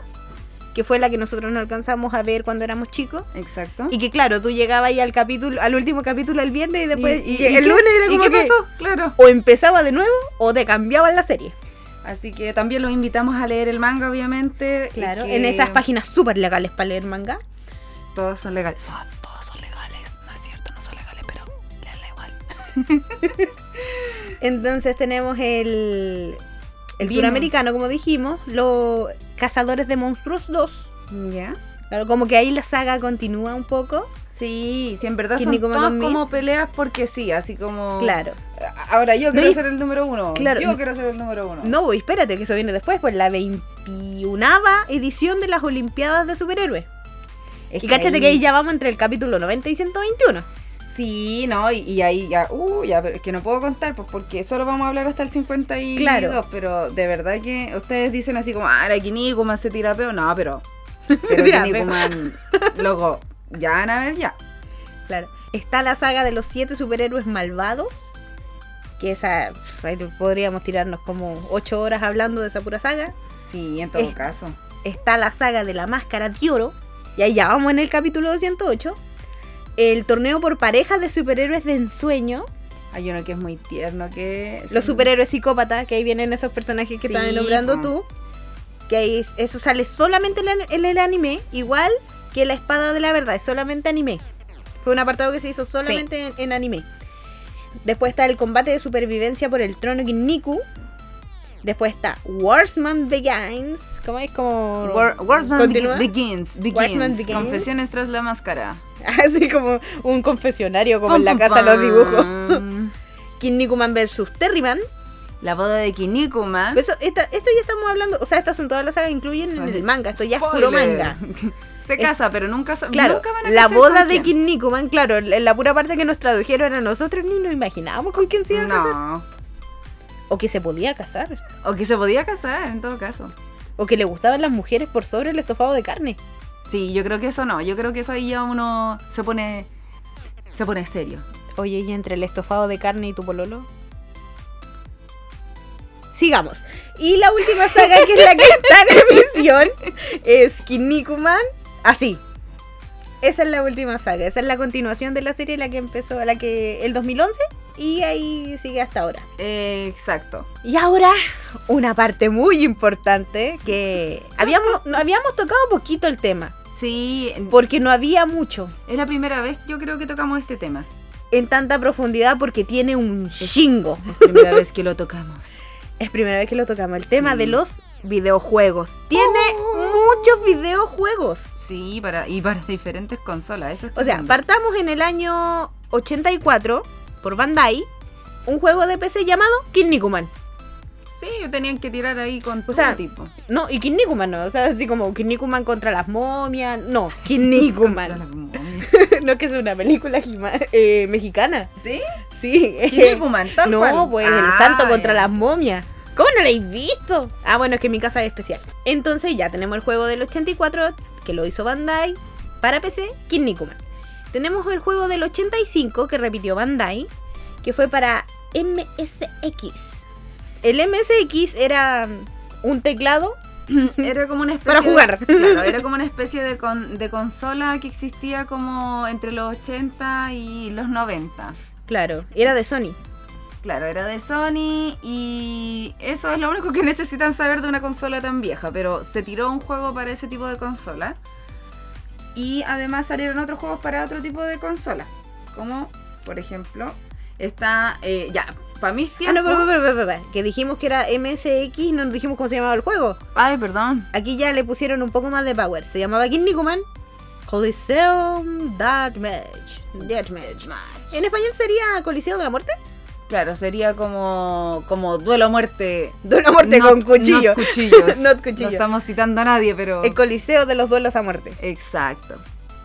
Speaker 4: que fue la que nosotros no alcanzamos a ver cuando éramos chicos.
Speaker 3: Exacto.
Speaker 4: Y que claro, tú llegabas ahí al capítulo, al último capítulo el viernes y después
Speaker 3: ¿Y- y- y
Speaker 4: el
Speaker 3: qué-
Speaker 4: lunes era
Speaker 3: ¿Y
Speaker 4: como
Speaker 3: qué
Speaker 4: que
Speaker 3: pasó? Claro.
Speaker 4: o empezaba de nuevo o te cambiaban la serie.
Speaker 3: Así que también los invitamos a leer el manga, obviamente. y
Speaker 4: Claro,
Speaker 3: que
Speaker 4: en esas páginas súper legales para leer manga.
Speaker 3: Todos son legales. Todos, todos son legales. No es cierto, no son legales, pero leanla igual.
Speaker 4: Entonces tenemos el el
Speaker 3: Vino.
Speaker 4: tour americano, como dijimos, los Cazadores de Monstruos 2.
Speaker 3: ¿Ya?
Speaker 4: Claro, como que ahí la saga continúa un poco.
Speaker 3: Sí, sí, en verdad son
Speaker 4: Kinnikuman
Speaker 3: todas
Speaker 4: 2000.
Speaker 3: como peleas porque sí, así como...
Speaker 4: Claro.
Speaker 3: Ahora yo quiero
Speaker 4: No, y-
Speaker 3: ser el número uno.
Speaker 4: claro.
Speaker 3: Yo quiero ser el número uno.
Speaker 4: No, voy, espérate, que eso viene después, pues la 21 edición de las Olimpiadas de Superhéroes.
Speaker 3: Es
Speaker 4: y cáchate que ahí ya vamos entre el capítulo 90 y 121.
Speaker 3: Sí, no, y, y ahí ya... Uh, ya, pero es que no puedo contar, pues porque solo vamos a hablar hasta el 52.
Speaker 4: Claro.
Speaker 3: Pero de verdad que ustedes dicen así como, ah, la Kinnikuman se tira peo. No,
Speaker 4: <laughs>
Speaker 3: pero... pero
Speaker 4: tira
Speaker 3: Kinnikuman, <laughs> Loco, ya van a ver, ya.
Speaker 4: Claro. Está la saga de los siete superhéroes malvados. Que esa. pff, ahí Podríamos tirarnos como ocho horas hablando de esa pura saga.
Speaker 3: Sí, en todo
Speaker 4: Es-
Speaker 3: caso.
Speaker 4: Está la saga de la máscara de oro. Y ahí ya vamos en el capítulo 208. El torneo por parejas de superhéroes de ensueño.
Speaker 3: Hay uno que es muy tierno, que... es-
Speaker 4: Los superhéroes psicópatas, que ahí vienen esos personajes que
Speaker 3: Sí,
Speaker 4: están nombrando
Speaker 3: po.
Speaker 4: tú. Que ahí es- eso sale solamente en el, en el anime. Igual que la espada de la verdad, es solamente anime. Fue un apartado que se hizo solamente en, en anime. Después está el combate de supervivencia por el trono Kinniku. Después está Warsman Begins. ¿Cómo es? Como.
Speaker 3: War- Warsman
Speaker 4: ¿Continúa?
Speaker 3: Begi- begins, begins,
Speaker 4: Warsman Begins.
Speaker 3: Confesiones tras la máscara.
Speaker 4: <laughs> Así como un confesionario, como en la
Speaker 3: Pum,
Speaker 4: casa
Speaker 3: pum,
Speaker 4: de los dibujos.
Speaker 3: pam.
Speaker 4: Kinnikuman versus Terryman.
Speaker 3: La boda de Kinnikuman.
Speaker 4: Pero eso- esta- esto ya estamos hablando, o sea, estas son todas las sagas, incluyen en el manga, esto ya es puro
Speaker 3: Spoiler.
Speaker 4: manga.
Speaker 3: Se casa, pero nunca, sa-
Speaker 4: Claro,
Speaker 3: nunca van a
Speaker 4: la
Speaker 3: cachar
Speaker 4: boda
Speaker 3: con
Speaker 4: de
Speaker 3: quién.
Speaker 4: Kinnikuman, claro, la, la pura parte que nos tradujeron a nosotros ni nos imaginábamos con quién se iba a casar.
Speaker 3: No.
Speaker 4: O que se podía casar,
Speaker 3: O que se podía casar, en todo caso.
Speaker 4: o que le gustaban las mujeres por sobre el estofado de carne.
Speaker 3: Sí, yo creo que eso no. Yo creo que eso ahí ya uno se pone. Se pone serio.
Speaker 4: Oye, y entre el estofado de carne y tu pololo. Sigamos. Y la última saga que es la que está en emisión es Kinnikuman. Así. Esa es la última saga. Esa es la continuación de la serie la que empezó, la que el 2011 y ahí sigue hasta ahora.
Speaker 3: Eh, exacto.
Speaker 4: Y ahora una parte muy importante que habíamos no habíamos tocado poquito el tema
Speaker 3: Sí,
Speaker 4: porque no había mucho
Speaker 3: es la primera vez yo creo que tocamos este tema.
Speaker 4: en tanta profundidad porque tiene un chingo.
Speaker 3: Es primera vez que lo tocamos.
Speaker 4: Es primera vez que lo tocamos, el tema
Speaker 3: Sí.
Speaker 4: de los videojuegos. Tiene muchos videojuegos.
Speaker 3: <laughs> Sí, para, y para diferentes consolas. Eso
Speaker 4: O sea,
Speaker 3: estupendo.
Speaker 4: partamos en el año 84 por Bandai, un juego de PC llamado Kinnikuman.
Speaker 3: Sí, tenían que tirar ahí con todo
Speaker 4: sea,
Speaker 3: tipo.
Speaker 4: No, y Kinnikuman no, o sea, así como Kinnikuman contra las momias, no, Kinnikuman. <laughs> no que es una película jima- eh, mexicana.
Speaker 3: <laughs> ¿Sí?
Speaker 4: Sí. eh,
Speaker 3: Kinnikuman, tal
Speaker 4: no,
Speaker 3: cual.
Speaker 4: pues
Speaker 3: Ah,
Speaker 4: el santo contra
Speaker 3: ya.
Speaker 4: las momias. ¿Cómo no lo habéis visto? Ah, bueno, es que mi casa es especial. Entonces ya tenemos el juego del 84 que lo hizo Bandai para PC, Kinnikuman. Tenemos el juego del 85 que repitió Bandai, que fue para MSX. El MSX era mm, un teclado
Speaker 3: Era como una especie
Speaker 4: Para
Speaker 3: de-
Speaker 4: jugar.
Speaker 3: claro, era como una especie de, con- de consola que existía como entre los 80 y los 90.
Speaker 4: Claro, era de Sony.
Speaker 3: Claro, era de Sony y eso es lo único que <laughs> necesitan saber de una consola tan vieja, pero se tiró un juego para ese tipo de consola. Y además salieron otros juegos para otro tipo de consola, como por ejemplo, está eh, ya, para mis
Speaker 4: Ah, no,
Speaker 3: tiempos.
Speaker 4: pa, pa, pa, pa, pa, pa, que dijimos que era MSX, no dijimos cómo se llamaba el juego.
Speaker 3: Ay, perdón.
Speaker 4: Aquí ya le pusieron un poco más de power. Se llamaba Kinnikuman Coliseum Deathmatch. Deathmatch. En español sería Coliseo de la Muerte. <laughs>
Speaker 3: Claro, sería como como duelo a muerte.
Speaker 4: Duelo a muerte
Speaker 3: Not-
Speaker 4: con cuchillo.
Speaker 3: Not
Speaker 4: <laughs>
Speaker 3: cuchillos.
Speaker 4: Not cuchillo.
Speaker 3: No estamos citando a nadie, pero
Speaker 4: El Coliseo de los Duelos a Muerte.
Speaker 3: Exacto.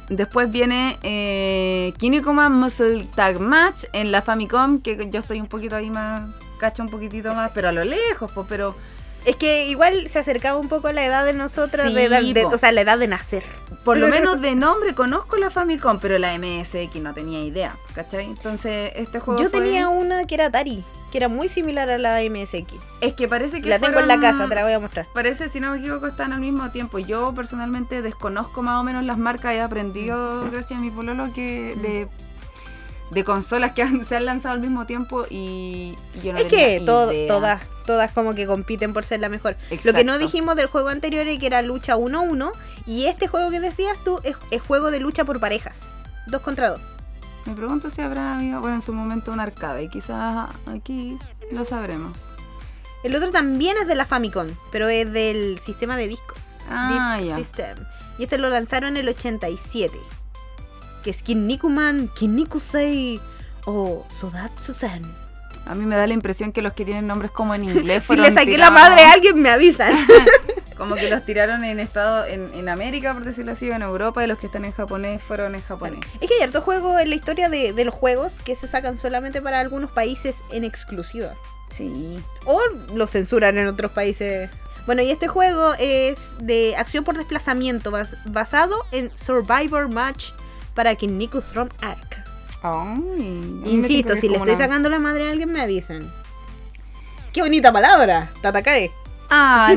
Speaker 3: Después viene eh, Kinnikuman Muscle Tag Match en la Famicom, que yo estoy un poquito ahí más, cacho un poquitito más, pero a lo lejos, pues, pero
Speaker 4: Es que igual se acercaba un poco a la edad de nosotros,
Speaker 3: Sí,
Speaker 4: de edad de-
Speaker 3: po.
Speaker 4: o sea, la edad de nacer.
Speaker 3: por lo menos de nombre conozco la Famicom, pero la MSX no tenía idea, ¿cachai? Entonces este juego
Speaker 4: Yo
Speaker 3: fue-
Speaker 4: tenía una que era Atari, que era muy similar a la MSX.
Speaker 3: Es que parece que
Speaker 4: La tengo en la
Speaker 3: fueron-
Speaker 4: casa, te la voy a mostrar.
Speaker 3: Parece, si no me equivoco, están al mismo tiempo. Yo personalmente desconozco más o menos las marcas. He
Speaker 4: Mm.
Speaker 3: aprendido, gracias a mi pololo, que de, de consolas que <laughs> han- se han lanzado al mismo tiempo y yo no
Speaker 4: Es que
Speaker 3: tenía
Speaker 4: to-
Speaker 3: idea.
Speaker 4: todas, todas como que compiten por ser la mejor. Lo que
Speaker 3: Exacto.
Speaker 4: no dijimos del juego anterior es que era lucha 1-1 y este juego que decías tú es, es juego de lucha por parejas. Dos contra dos.
Speaker 3: Me pregunto si habrá habido, bueno, en su momento un arcade. Y quizás aquí lo sabremos.
Speaker 4: El otro también es de la Famicom, pero es del sistema de discos.
Speaker 3: Ah,
Speaker 4: Disc
Speaker 3: ya.
Speaker 4: System. Y este lo lanzaron en el 87. Que es Kinnikuman, Kinnikusei o Sodatsu-san.
Speaker 3: A mí me da la impresión que los que tienen nombres
Speaker 4: <laughs>
Speaker 3: como en inglés
Speaker 4: Si
Speaker 3: fueron
Speaker 4: le saqué la
Speaker 3: tirados-
Speaker 4: madre a alguien, me avisan.
Speaker 3: Como que los tiraron en estado, en, en América, por decirlo así, o en Europa, y los que están en japonés fueron en japonés.
Speaker 4: Es que hay harto juego en la historia de, de los juegos que se sacan solamente para algunos países en exclusiva.
Speaker 3: Sí.
Speaker 4: O lo censuran en otros países. Bueno, y este juego es de acción por desplazamiento bas- basado en Survivor Match para Kinniku Throne Arc. Insisto, si le estoy sacando la madre a alguien, me avisan. ¡Qué bonita palabra! Tatakae.
Speaker 3: Ay,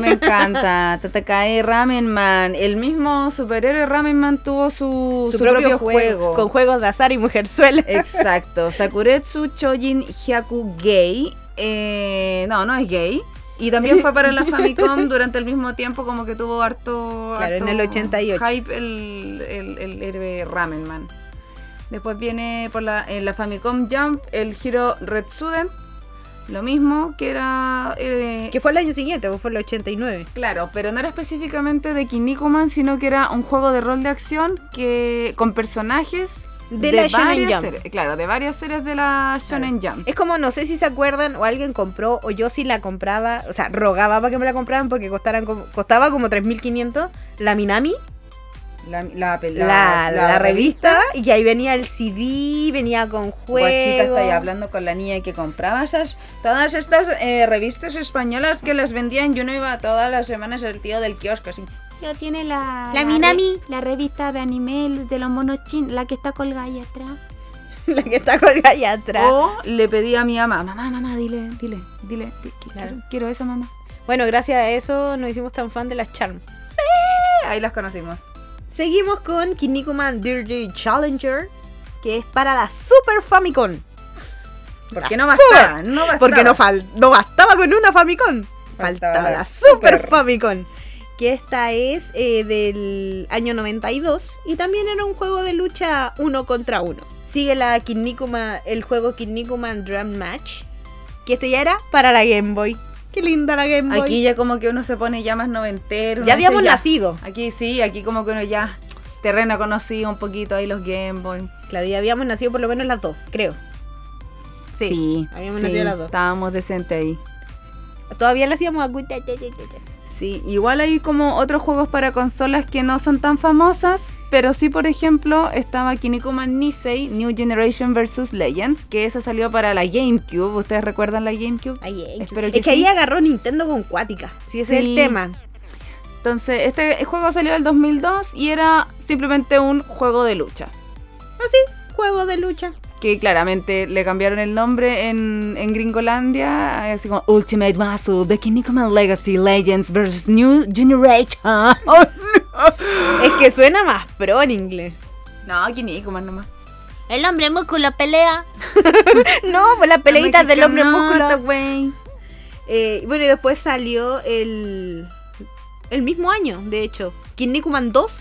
Speaker 4: <laughs>
Speaker 3: me encanta. Tatakae Ramen Man. El mismo superhéroe Ramen Man tuvo su, su propio, juego.
Speaker 4: Con juegos de azar y mujerzuela.
Speaker 3: Exacto. Sakuretsu Chojin Hyaku Gay. Eh, no, no es gay. Y también fue para
Speaker 4: <laughs>
Speaker 3: la Famicom durante el mismo tiempo, como que tuvo harto.
Speaker 4: Claro, en
Speaker 3: harto
Speaker 4: el 88.
Speaker 3: Hype el, el, el héroe Ramen Man. Después viene por la, en la Famicom Jump el Hiro Retsuden. Lo mismo que era. eh,
Speaker 4: Que fue el año siguiente, pues fue el 89.
Speaker 3: Claro, pero no era específicamente de Kinnikuman, sino que era un juego de rol de acción que con personajes
Speaker 4: De la Shonen
Speaker 3: varias
Speaker 4: Jump.
Speaker 3: series- claro, de varias series de la Shonen Jump.
Speaker 4: Es como, no sé si se acuerdan, o alguien compró, o yo sí la compraba, o sea, rogaba para que me la compraran porque costaran como- costaba como 3.500 la Minami,
Speaker 3: La,
Speaker 4: la, la revista, y ahí venía el CD, venía con
Speaker 3: Guachita está ahí
Speaker 4: juegos.
Speaker 3: hablando con la niña que compraba esas, todas estas eh, revistas españolas que las vendían. Yo no iba todas las semanas el tío del kiosco. Así.
Speaker 7: Ya tiene la.
Speaker 6: La
Speaker 7: re-
Speaker 6: Minami.
Speaker 7: La revista de anime de los monos chin, la que está colgada ahí atrás.
Speaker 4: <laughs> La que está colgada allá atrás.
Speaker 3: O le pedí a mi mamá, mamá, mamá, dile, dile, dile, di- qui- quiero,
Speaker 4: Claro.
Speaker 3: quiero esa mamá.
Speaker 4: Bueno, gracias a eso nos hicimos tan fan de las Charm.
Speaker 3: Eh, Ahí las conocimos.
Speaker 4: Seguimos con Kinnikuman Dirty Challenger, que es para la Super Famicom.
Speaker 3: Porque no bastaba, no bastaba.
Speaker 4: Porque no, fal- no bastaba con una Famicom.
Speaker 3: Faltaba
Speaker 4: Faltaba,
Speaker 3: la
Speaker 4: la Super,
Speaker 3: Super.
Speaker 4: Famicom. Que esta es eh, del año 92 y también era un juego de lucha uno contra uno. Sigue la Kinnikuman, el juego Kinnikuman Drum Match, que este ya era para la Game Boy. Qué linda la Game Boy.
Speaker 3: Aquí ya como que uno se pone ya más noventero.
Speaker 4: ya
Speaker 3: uno dice,
Speaker 4: habíamos nacido.
Speaker 3: Aquí sí, aquí como que uno ya terreno conocido un poquito ahí los Game Boy.
Speaker 4: Claro, ya habíamos nacido por lo menos las dos, creo. Sí. habíamos nacido las dos.
Speaker 3: Estábamos decentes ahí.
Speaker 4: Todavía le hacíamos a
Speaker 3: Sí, igual hay como otros juegos para consolas que no son tan famosas, pero sí, por ejemplo, estaba Kinnikuman Nisei New Generation vs Legends, que esa salió para la GameCube. ¿Ustedes recuerdan la GameCube?
Speaker 4: Ay, eh,
Speaker 3: Espero
Speaker 4: es
Speaker 3: que
Speaker 4: que ahí
Speaker 3: sí.
Speaker 4: agarró Nintendo con Cuática. Sí, ese es
Speaker 3: Sí.
Speaker 4: el tema.
Speaker 3: Entonces, este juego salió en el 2002 y era simplemente un juego de lucha.
Speaker 4: Así, juego de lucha.
Speaker 3: Que claramente le cambiaron el nombre en, en Gringolandia, así como Ultimate Muscle, The Kinnikuman Legacy Legends vs. New Generation. <laughs>
Speaker 4: Es que suena más pro en inglés.
Speaker 3: no, Kinnikuman nomás.
Speaker 7: El hombre músculo pelea.
Speaker 4: No, pues las peleitas del hombre
Speaker 3: Nota,
Speaker 4: músculo.
Speaker 3: güey.
Speaker 4: Eh, bueno, y después salió el. El mismo año, de hecho. Kinnikuman 2.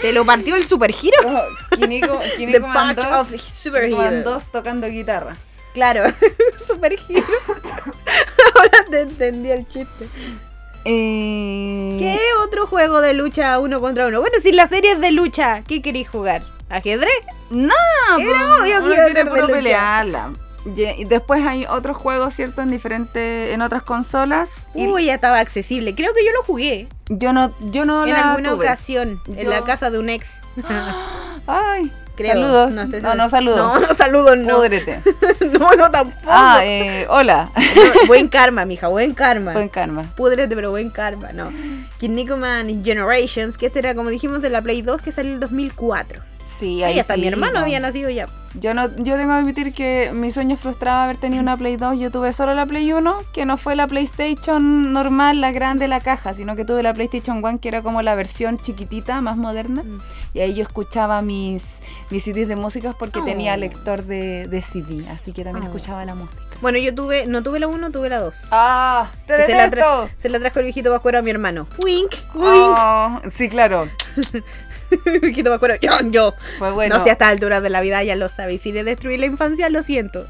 Speaker 4: Te lo partió el Super Hero.
Speaker 3: <laughs> Oh, Kinnikuman
Speaker 4: The
Speaker 3: Kinnikuman
Speaker 4: Punch of
Speaker 3: 2 Kinnikuman
Speaker 4: Superhero.
Speaker 3: 2 tocando guitarra.
Speaker 4: Claro, <laughs> Super Hero. <laughs> Ahora te entendí el chiste.
Speaker 3: Mm. Eh,
Speaker 4: ¿Qué otro juego de lucha uno contra uno? Bueno, si la serie es de lucha, ¿qué queréis jugar? ¿Ajedrez?
Speaker 3: No,
Speaker 4: Era
Speaker 3: pues,
Speaker 4: obvio que
Speaker 3: uno
Speaker 4: iba a
Speaker 3: quiere
Speaker 4: ser de
Speaker 3: puro
Speaker 4: lucha.
Speaker 3: pelearla. Y y después hay otros juegos, ¿cierto? En diferentes, en otras consolas. Y
Speaker 4: Uy, ya estaba accesible. Creo que yo lo jugué
Speaker 3: yo no, yo no
Speaker 4: en
Speaker 3: la
Speaker 4: alguna
Speaker 3: tuve.
Speaker 4: ocasión, en
Speaker 3: Yo-
Speaker 4: la casa de un
Speaker 3: <laughs>
Speaker 4: ex.
Speaker 3: Ay,
Speaker 4: Creo.
Speaker 3: saludos. No,
Speaker 4: No, te-
Speaker 3: no,
Speaker 4: No,
Speaker 3: saludos.
Speaker 4: no saludos, no.
Speaker 3: Púdrete.
Speaker 4: <laughs> No, no tampoco.
Speaker 3: Ah, eh, hola.
Speaker 4: No, buen karma, mija, buen karma.
Speaker 3: Buen karma.
Speaker 4: Púdrete, pero buen karma, no. Kinnikuman Generations, que este era, como dijimos, de la Play 2 que salió en el 2004.
Speaker 3: Sí, ahí
Speaker 4: Ahí hasta
Speaker 3: sí,
Speaker 4: mi hermano
Speaker 3: no.
Speaker 4: había nacido ya.
Speaker 3: Yo no, yo tengo que admitir que mi sueño frustraba haber tenido una Play 2. Yo tuve solo la Play 1, que no fue la PlayStation normal, la grande, la caja, sino que tuve la PlayStation 1, que era como la versión chiquitita, más moderna.
Speaker 4: Mm.
Speaker 3: Y ahí yo escuchaba mis, mis CDs de músicas porque
Speaker 4: Oh.
Speaker 3: tenía lector de, de CD, así que también
Speaker 4: Oh.
Speaker 3: escuchaba la música.
Speaker 4: Bueno, yo tuve, no tuve la 1, tuve la 2.
Speaker 3: ¡Ah! ¡Te
Speaker 4: Que se, la tra- se la trajo el viejito vacuero a mi hermano. Wink,
Speaker 3: Ah.
Speaker 4: wink.
Speaker 3: Oh, sí, claro.
Speaker 4: <laughs> viejito vacuero, yo, yo.
Speaker 3: Fue bueno.
Speaker 4: No sé, a estas alturas de la vida ya lo sabe. Y si le destruí la infancia, lo siento.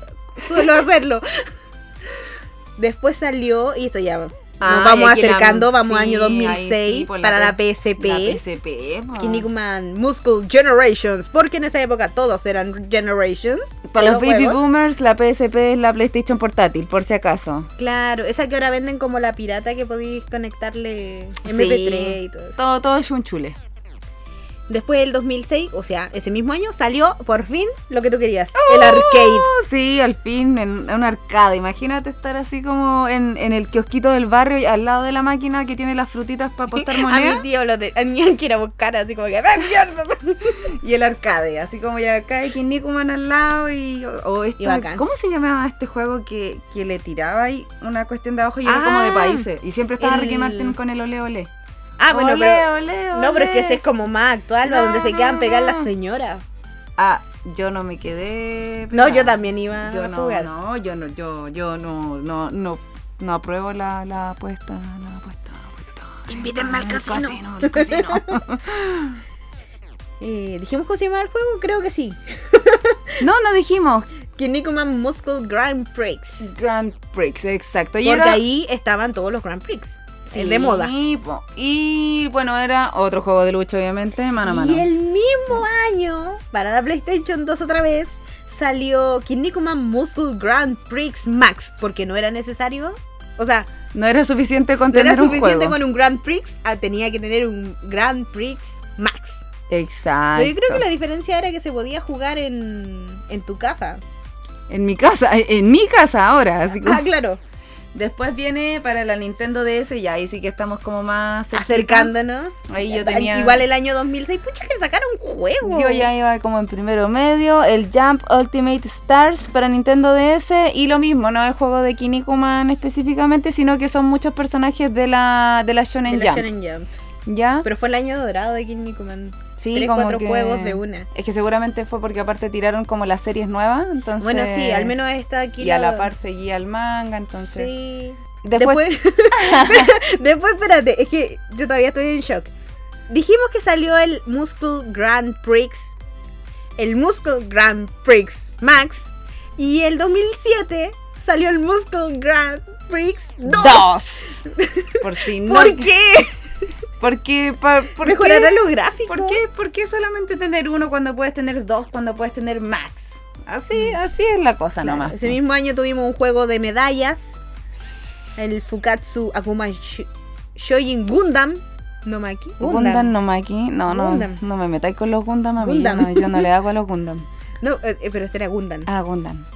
Speaker 4: Suelo hacerlo. <laughs> Después salió, y esto ya. Nos
Speaker 7: Ah,
Speaker 4: vamos
Speaker 7: ya que la-
Speaker 4: acercando, vamos
Speaker 3: sí,
Speaker 4: año
Speaker 3: ahí
Speaker 4: 2006
Speaker 3: sí, por la
Speaker 4: para la
Speaker 3: P-
Speaker 4: PSP.
Speaker 3: La PSP. po.
Speaker 4: Kinnikuman Muscle Generations, porque en esa época todos eran Generations.
Speaker 3: Para los
Speaker 4: juegos.
Speaker 3: baby boomers, la PSP es la PlayStation portátil, por si acaso.
Speaker 4: Claro, esa que ahora venden como la pirata que podéis conectarle MP3 y todo eso.
Speaker 3: Todo, todo es un chule.
Speaker 4: Después del 2006, o sea, ese mismo año, salió por fin lo que tú querías,
Speaker 3: ¡Oh!
Speaker 4: el arcade.
Speaker 3: Sí, al fin, en en un arcade. Imagínate estar así como en, en el kiosquito del barrio y al lado de la máquina que tiene las frutitas para <laughs> apostar
Speaker 4: A
Speaker 3: monedas.
Speaker 4: mi tío lo tenían que ir a buscar así como que ¡Ven, mierda! <laughs>
Speaker 3: Y el arcade, así como el arcade Kinnikuman al lado y... O, o esto-
Speaker 4: Y bacán.
Speaker 3: ¿Cómo se llamaba este juego que, que le tiraba ahí una cuestión de abajo y era
Speaker 4: Ah,
Speaker 3: como de países? Y siempre estaba
Speaker 4: el-
Speaker 3: Ricky Martin con el ole ole.
Speaker 4: Ah, bueno,
Speaker 3: Ole,
Speaker 4: pero,
Speaker 3: ole,
Speaker 4: no, pero es que
Speaker 3: ole.
Speaker 4: ese es como más actual, ¿no?
Speaker 3: No,
Speaker 4: donde se
Speaker 3: no,
Speaker 4: quedan pegar
Speaker 3: no.
Speaker 4: las señoras.
Speaker 3: Ah, yo no me quedé...
Speaker 4: No,
Speaker 3: pegada.
Speaker 4: yo también iba
Speaker 3: Yo
Speaker 4: a
Speaker 3: no,
Speaker 4: jugar.
Speaker 3: no, yo no, yo, yo no, no, no, no apruebo la, la apuesta, la apuesta, la apuesta. Invítenme al casino. al casino.
Speaker 4: <laughs> Eh, ¿Dijimos cómo se llamaba el juego? Creo que sí.
Speaker 3: no, no dijimos
Speaker 4: Kinnikuman Muscle Grand Prix.
Speaker 3: Grand Prix, exacto. Y
Speaker 4: Porque
Speaker 3: era-
Speaker 4: ahí estaban todos los Grand Prix.
Speaker 3: Sí,
Speaker 4: el de moda.
Speaker 3: po. Y bueno, era otro juego de lucha, obviamente, mano a mano.
Speaker 4: Y el mismo año, para la PlayStation 2 otra vez, salió Kinnikuman Muscle Grand Prix Max, porque no era necesario. O sea,
Speaker 3: No era suficiente con
Speaker 4: no era
Speaker 3: tener un
Speaker 4: suficiente
Speaker 3: juego.
Speaker 4: con un Grand Prix, ah, tenía que tener un Grand Prix Max.
Speaker 3: Exacto.
Speaker 4: Pero yo creo que la diferencia era que se podía jugar en, en tu casa.
Speaker 3: En mi casa, eh, en mi casa ahora. Así como-
Speaker 4: Ah, claro.
Speaker 3: Después viene para la Nintendo DS y ahí sí que estamos como más cerquita.
Speaker 4: Acercándonos.
Speaker 3: Ahí yo tenía...
Speaker 4: Igual el año 2006. Pucha, que sacaron un juego.
Speaker 3: Yo ya iba como en primero medio, el Jump Ultimate Stars para Nintendo DS y lo mismo, no el juego de Kinnikuman específicamente, sino que son muchos personajes de la, de la
Speaker 4: De
Speaker 3: Shonen
Speaker 4: la
Speaker 3: Jump.
Speaker 4: Shonen Jump.
Speaker 3: ¿Ya?
Speaker 4: Pero fue el año dorado de Kinnikuman.
Speaker 3: Sí,
Speaker 4: Tres,
Speaker 3: como
Speaker 4: cuatro
Speaker 3: que-
Speaker 4: juegos de una.
Speaker 3: Es que seguramente fue porque aparte tiraron como las series nuevas, entonces...
Speaker 4: Bueno, sí, al menos está aquí.
Speaker 3: Y a la par seguía el manga, entonces...
Speaker 4: Sí.
Speaker 3: Después,
Speaker 4: Después, <laughs> después, espérate, es que yo todavía estoy en shock. Dijimos que salió el Muscle Grand Prix, el Muscle Grand Prix Max, y el 2007 salió el Muscle Grand Prix 2. <laughs>
Speaker 3: ¡Dos! Por si no...
Speaker 4: ¿Por qué?
Speaker 3: Porque... pa- ¿por qué?
Speaker 4: Mejorará los gráficos.
Speaker 3: ¿Por qué, ¿Por qué solamente tener uno cuando puedes tener dos, cuando puedes tener max? Así, así es la cosa
Speaker 4: Mm. Claro,
Speaker 3: nomás. pues.
Speaker 4: Ese mismo año tuvimos un juego de medallas, el Fukatsu Akuma Sh- Shoujin Gundam, no Maki,
Speaker 3: Gundam, Nomaki. No, no,
Speaker 4: Gundam.
Speaker 3: no me metáis con los Gundam a mí.
Speaker 4: Gundam.
Speaker 3: no,
Speaker 4: <laughs>
Speaker 3: yo no le hago a los Gundam.
Speaker 4: No, eh, eh, pero este era Gundam.
Speaker 3: Ah, Gundam.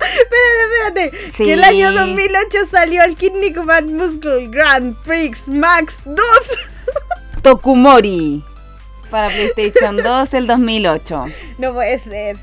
Speaker 4: Espérate, espérate.
Speaker 3: Sí.
Speaker 4: Que el año 2008 salió el Kinnikuman Muscle Grand Prix Max 2.
Speaker 3: Tokumori. para
Speaker 4: <laughs>
Speaker 3: PlayStation 2 el 2008.
Speaker 4: <laughs> No puede ser.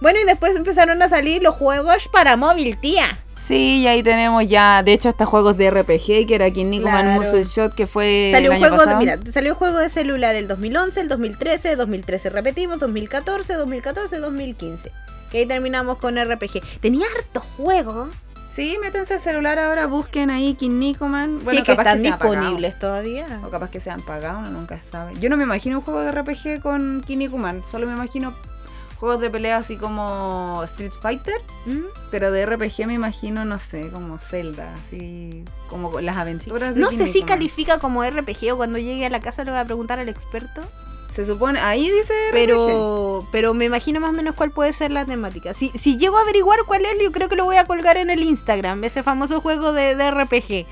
Speaker 4: Bueno, y después empezaron a salir los juegos para móvil, tía.
Speaker 3: Sí, y ahí tenemos ya, de hecho, hasta juegos de RPG, que era King Nikuman
Speaker 4: Claro.
Speaker 3: Muscle Shot, que fue
Speaker 4: Salió
Speaker 3: el
Speaker 4: un
Speaker 3: año
Speaker 4: juego, de,
Speaker 3: pasado.
Speaker 4: mira, salió un juego de celular el 2011, el 2013, 2013 repetimos, 2014, 2014, 2015. Que ahí terminamos con RPG. Tenía hartos juegos.
Speaker 3: Sí, métanse al celular ahora, busquen ahí King Nikuman.
Speaker 4: si es que están
Speaker 3: sean apagados.
Speaker 4: disponibles todavía.
Speaker 3: O capaz que sean pagados, uno nunca sabe. Yo no me imagino un juego de RPG con Kinnikuman, solo me imagino juegos de pelea así como Street Fighter,
Speaker 4: ¿Mm?
Speaker 3: pero de RPG me imagino, no sé, como Zelda, así como las aventuras de
Speaker 4: No sé si
Speaker 3: Kinnikuman.
Speaker 4: califica como RPG o cuando llegue a la casa le voy a preguntar al experto.
Speaker 3: Se supone, ahí dice RPG.
Speaker 4: Pero, pero me imagino más o menos cuál puede ser la temática. Si, si llego a averiguar cuál es, yo creo que lo voy a colgar en el Instagram, ese famoso juego de, de RPG.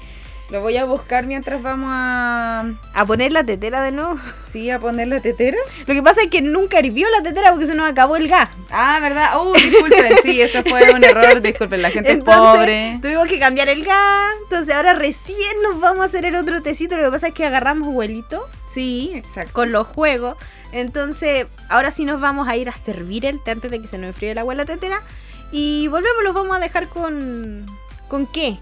Speaker 3: Lo voy a buscar mientras vamos a...
Speaker 4: A poner la tetera de nuevo. <laughs>
Speaker 3: Sí, a poner la tetera.
Speaker 4: Lo que pasa es que nunca hirvió la tetera porque se nos acabó el gas.
Speaker 3: Ah, ¿verdad? Uh, disculpen, sí, eso fue un error, disculpen, la gente
Speaker 4: <laughs>
Speaker 3: es
Speaker 4: Entonces,
Speaker 3: pobre.
Speaker 4: Tuvimos que cambiar el gas. Entonces ahora recién nos vamos a hacer el otro tecito. Lo que pasa es que agarramos vuelito
Speaker 3: Sí, exacto.
Speaker 4: con los juegos. Entonces ahora sí nos vamos a ir a servir el té antes de que se nos enfríe la abuela tetera. Y volvemos, los vamos a dejar con... ¿Con qué?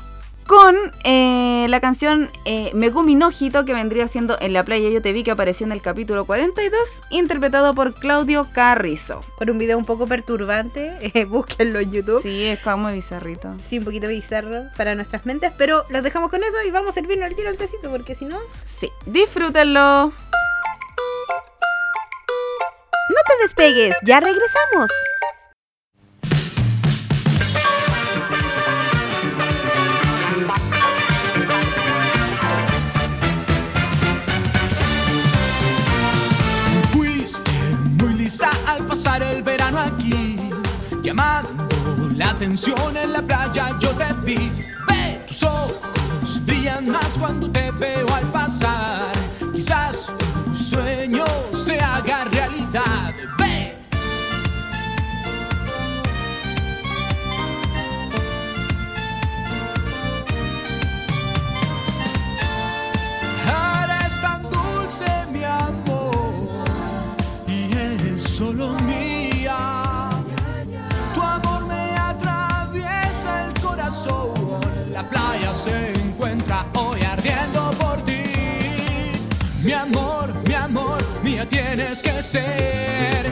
Speaker 3: con eh, la canción eh, Megumi no Hito, que vendría siendo En la playa yo te vi que apareció en el capítulo 42, interpretado por Claudio Carrizo.
Speaker 4: Con un video un poco perturbante. <laughs> eh, búsquenlo en YouTube. Sí.
Speaker 3: Sí, es como muy bizarrito.
Speaker 4: un poquito bizarro para nuestras mentes, pero los dejamos con eso y vamos a servirnos el tiro al tecito, porque si no,
Speaker 3: Sí, disfrútenlo.
Speaker 2: No te despegues, ya regresamos.
Speaker 5: Fuiste muy lista al pasar el verano aquí, llamando la atención en la playa yo te vi. Ve, tus ojos brillan más cuando te veo al pasar. Quizás un sueño se haga realidad. Ve. Eres tan dulce, mi amor, y eres solo mía. Tu amor me atraviesa el corazón. La playa se encuentra hoy ardiendo por ti. Mi amor, mi amor, mía tienes que ser.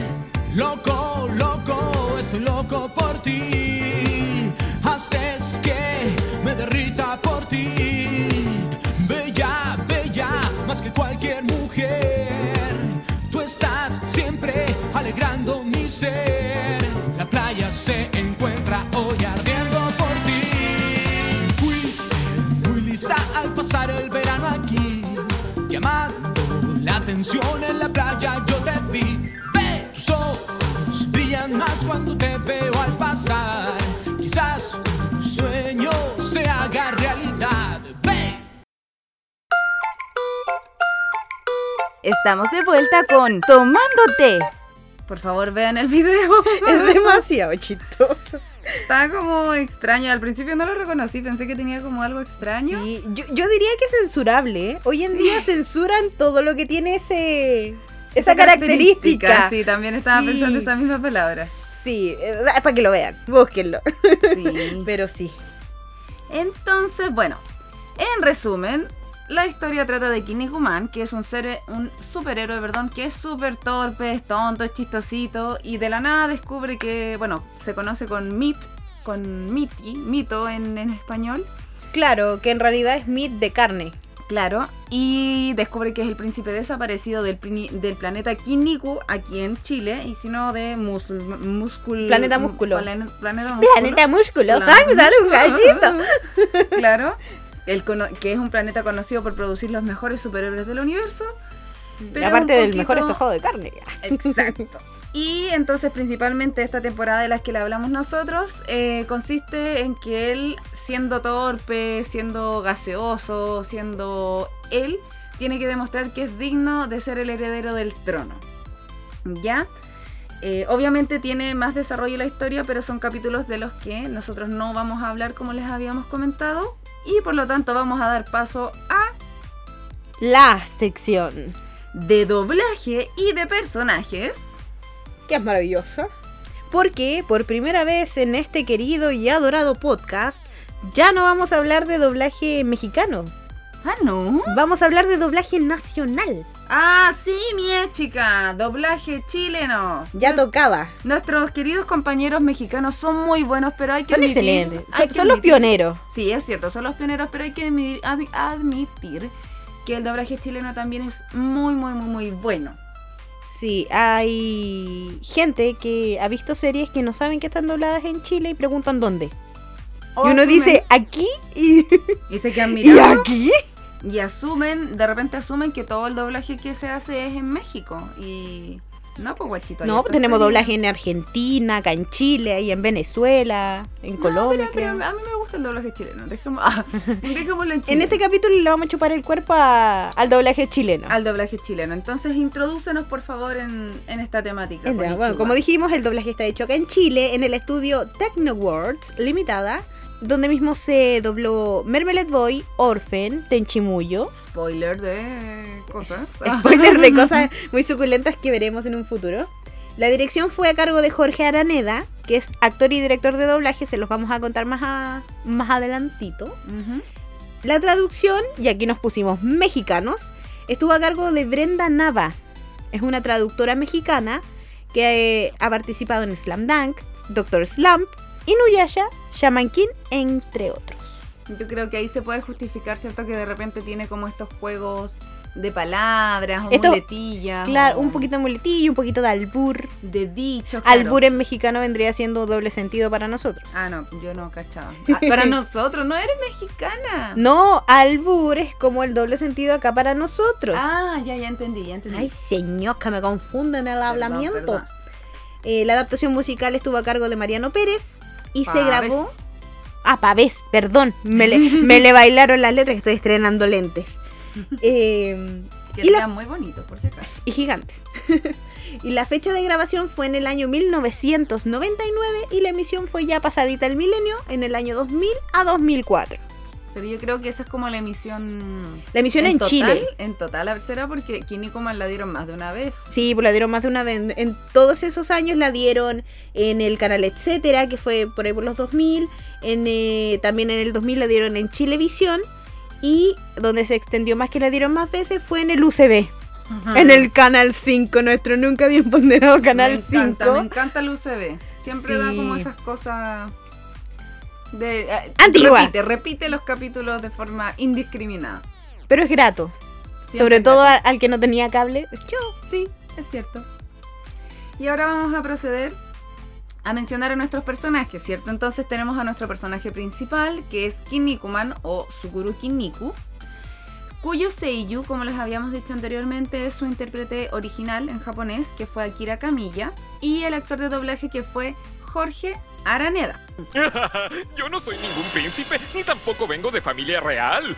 Speaker 5: Loco, loco, estoy loco por ti. Haces que me derrita por ti. Bella, bella, más que cualquier mujer. Tú estás siempre alegrando mi ser. La playa se encuentra hoy ardiendo por ti. Fuiste muy lista al pasar el verano aquí. Llamando la atención en la playa yo te vi. Ve, tus ojos brillan más cuando te veo al pasar. Quizás un sueño se haga realidad. Ve.
Speaker 3: Estamos de vuelta con Tomándote. Por favor, vean el video.
Speaker 4: <laughs> <laughs> es demasiado chistoso.
Speaker 3: Está como extraño. Al principio no lo reconocí, pensé que tenía como algo extraño.
Speaker 4: Sí, yo, yo diría que es censurable. ¿eh? Hoy en día censuran todo lo que tiene ese, esa característica.
Speaker 3: Sí, también estaba
Speaker 4: Sí.
Speaker 3: pensando esa misma
Speaker 4: <laughs>
Speaker 3: palabra.
Speaker 4: Sí, eh, es para que lo vean, búsquenlo.
Speaker 3: Sí.
Speaker 4: <laughs> Pero sí.
Speaker 3: Entonces, bueno, en resumen, la historia trata de Kinnikuman, que es un ser, un superhéroe, perdón, que es súper torpe, es tonto, es chistosito, y de la nada descubre que, bueno, se conoce con Mit, con Miti, Mito en, en español,
Speaker 4: Claro, que en realidad es meat de carne.
Speaker 3: claro, y descubre que es el príncipe desaparecido del, prini- del planeta Kinniku, aquí en Chile, y sino de Musul, Muscul-
Speaker 4: Planeta Músculo.
Speaker 3: Plane- planeta
Speaker 4: Planeta
Speaker 3: Músculo.
Speaker 4: músculo.
Speaker 3: Claro.
Speaker 4: Ay, me sale un gallito.
Speaker 3: <laughs> Claro. El cono- que es un planeta conocido por producir los mejores superhéroes del universo. pero
Speaker 4: Aparte
Speaker 3: un
Speaker 4: del mejor
Speaker 3: poquito-
Speaker 4: estofado de carne.
Speaker 3: Exacto. Y entonces principalmente esta temporada de las que le hablamos nosotros eh, consiste en que él, siendo torpe, siendo gaseoso, siendo él, tiene que demostrar que es digno de ser el heredero del trono. ¿Ya? Eh, obviamente tiene más desarrollo la historia, pero son capítulos de los que nosotros no vamos a hablar como les habíamos comentado. Y por lo tanto vamos a dar paso a
Speaker 4: La sección.
Speaker 3: de doblaje y de personajes.
Speaker 4: que es maravilloso. Porque por primera vez en este querido y adorado podcast, ya no vamos a hablar de doblaje mexicano,
Speaker 3: Ah, no.
Speaker 4: vamos a hablar de doblaje nacional.
Speaker 3: Ah, sí, mi chica. Doblaje chileno.
Speaker 4: Ya tocaba.
Speaker 3: Nuestros queridos compañeros mexicanos son muy buenos, pero hay que
Speaker 4: Son
Speaker 3: admitir-
Speaker 4: excelentes,
Speaker 3: hay
Speaker 4: son,
Speaker 3: que
Speaker 4: son los
Speaker 3: admitir-
Speaker 4: pioneros.
Speaker 3: Sí, es cierto, son los pioneros, pero hay que admi- ad- admitir que el doblaje chileno también es muy, muy, muy, muy bueno.
Speaker 4: Sí, hay gente que ha visto series que no saben que están dobladas en Chile y preguntan dónde.
Speaker 3: O
Speaker 4: y uno
Speaker 3: asumen-
Speaker 4: dice aquí y,
Speaker 3: y se quedan
Speaker 4: y
Speaker 3: mirando
Speaker 4: aquí.
Speaker 3: y asumen, de repente asumen que todo el doblaje que se hace es en México y no, pues guachito. hay
Speaker 4: No,
Speaker 3: otras
Speaker 4: tenemos
Speaker 3: series.
Speaker 4: doblaje en Argentina, acá en Chile, y en Venezuela, en
Speaker 3: No,
Speaker 4: Colombia.
Speaker 3: pero, pero
Speaker 4: creo.
Speaker 3: a mí me gusta el doblaje chileno. Dejemos, ah, dejémoslo <laughs> en Chile.
Speaker 4: En este capítulo le vamos a chupar el cuerpo a- al doblaje chileno.
Speaker 3: al doblaje chileno. Entonces, introdúcenos por favor en, en esta temática.
Speaker 4: Es verdad,
Speaker 3: Konichiwa.
Speaker 4: bueno, como dijimos, el doblaje está hecho acá en Chile, en el estudio Technowords Limitada, donde mismo se dobló Mermelade Boy, Orphan,
Speaker 3: <laughs>
Speaker 4: Tenchimuyo.
Speaker 3: Spoiler de cosas.
Speaker 4: <laughs> Spoiler de cosas muy suculentas que veremos en un futuro. La dirección fue a cargo de Jorge Araneda, que es actor y director de doblaje, se los vamos a contar más, a- más adelantito.
Speaker 3: <laughs> Ujú.
Speaker 4: La traducción, y aquí nos pusimos mexicanos, estuvo a cargo de Brenda Nava. Es una traductora mexicana que eh, ha participado en Slam Dunk, Doctor Slump, Inuyasha, Shaman King, entre otros.
Speaker 3: Yo creo que ahí se puede justificar, ¿cierto? Que de repente tiene como estos juegos de palabras, o
Speaker 4: Esto-
Speaker 3: muletillas.
Speaker 4: Claro,
Speaker 3: o
Speaker 4: un poquito de muletillo, un poquito de albur.
Speaker 3: de dichos. claro.
Speaker 4: Albur en mexicano vendría siendo doble sentido para nosotros.
Speaker 3: Ah, no, yo no
Speaker 4: <laughs>
Speaker 3: cachaba. Ah, para nosotros, no eres mexicana.
Speaker 4: No, albur es como el doble sentido acá para nosotros.
Speaker 3: Ah, ya, ya entendí, ya entendí.
Speaker 4: Ay, señor, que me confunden el
Speaker 3: Perdón,
Speaker 4: hablamiento.
Speaker 3: perdón.
Speaker 4: Eh, la adaptación musical estuvo a cargo de Mariano Pérez y se
Speaker 3: Paves.
Speaker 4: grabó. Ah, Pavés, perdón. Me le, me le bailaron las letras que estoy estrenando lentes. Eh,
Speaker 3: Que
Speaker 4: Y la-
Speaker 3: está muy bonito, por si acaso.
Speaker 4: y gigantes. <laughs> y la fecha de grabación fue en el año 1999 y la emisión fue ya pasadita el milenio, en el año 2000 a 2004.
Speaker 3: Pero yo creo que esa es como la emisión.
Speaker 4: La emisión en,
Speaker 3: total,
Speaker 4: Chile.
Speaker 3: En total, será porque Kinnikuman la dieron más de una vez.
Speaker 4: Sí, pues la dieron más de una vez. En- En todos esos años la dieron en el canal Etcétera, que fue por ahí por los 2000. En, eh, también en el 2000 la dieron en Chilevisión. Y donde se extendió más que la dieron más veces fue en el UCB. En el Canal 5, nuestro nunca bien <laughs> ponderado
Speaker 3: Ah. me
Speaker 4: Canal
Speaker 3: encanta, Me
Speaker 4: 5.
Speaker 3: encanta el UCB. Siempre da
Speaker 4: Sí.
Speaker 3: como esas cosas. De, eh,
Speaker 4: Antigua.
Speaker 3: Repite, repite los capítulos de forma indiscriminada.
Speaker 4: Pero es grato.
Speaker 3: Siempre
Speaker 4: Sobre
Speaker 3: es
Speaker 4: todo
Speaker 3: grato.
Speaker 4: al, al que no tenía cable. Yo.
Speaker 3: Sí, es cierto. Y ahora vamos a proceder a mencionar a nuestros personajes, ¿cierto? Entonces tenemos a nuestro personaje principal, que es Kinnikuman o Suguru Kinniku, cuyo seiyu, como les habíamos dicho anteriormente, es su intérprete original en japonés, que fue Akira Kamiya, y el actor de doblaje que fue Jorge Araneda.
Speaker 1: Yo no soy ningún príncipe, ni tampoco vengo de familia real.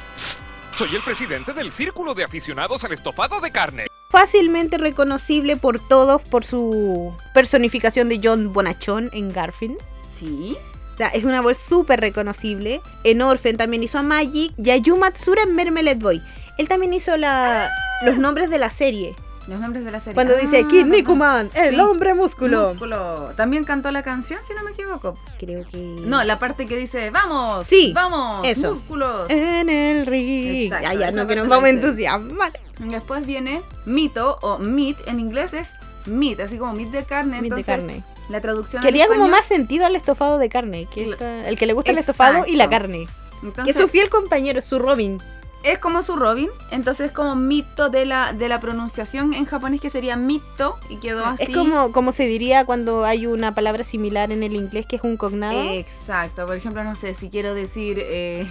Speaker 1: Soy el presidente del círculo de aficionados al estofado de carne.
Speaker 4: Fácilmente reconocible por todos por su personificación de John Bonachón en Garfield.
Speaker 3: Sí,
Speaker 4: O sea, es una voz súper reconocible. En Orphan también hizo a Magic. Y a Yu Matsura en Mermelade Boy. Él también hizo la, los nombres de la serie.
Speaker 3: los nombres de la serie.
Speaker 4: Cuando dice
Speaker 3: Ah,
Speaker 4: Kid Nikuman, el
Speaker 3: Sí.
Speaker 4: hombre músculo.
Speaker 3: Músculo. También cantó la canción, si no me equivoco.
Speaker 4: Creo que.
Speaker 3: No, la parte que dice, vamos,
Speaker 4: Sí,
Speaker 3: vamos,
Speaker 4: eso. Eh.
Speaker 3: músculos.
Speaker 4: En el ring.
Speaker 3: Exacto,
Speaker 4: ya, ya,
Speaker 3: esa
Speaker 4: no, que nos
Speaker 3: parte
Speaker 4: vamos a
Speaker 3: dice.
Speaker 4: entusiasmar.
Speaker 3: Después viene mito o meat, en inglés es meat, así como meat de carne.
Speaker 4: Meat de
Speaker 3: entonces,
Speaker 4: carne.
Speaker 3: La traducción al
Speaker 4: Quería como
Speaker 3: español,
Speaker 4: más sentido al estofado de carne. Que
Speaker 3: Cla-
Speaker 4: esta- el que le gusta el estofado y la
Speaker 3: Exacto.
Speaker 4: carne. Que
Speaker 3: entonces,
Speaker 4: es su fiel compañero, su Robin.
Speaker 3: es como su Robin, entonces es como mito de la, de la pronunciación en japonés que sería mito y quedó así.
Speaker 4: Ah, Es como, como se diría cuando hay una palabra similar en el inglés que es un cognado.
Speaker 3: Eh, Exacto, por ejemplo, no sé, si quiero decir eh,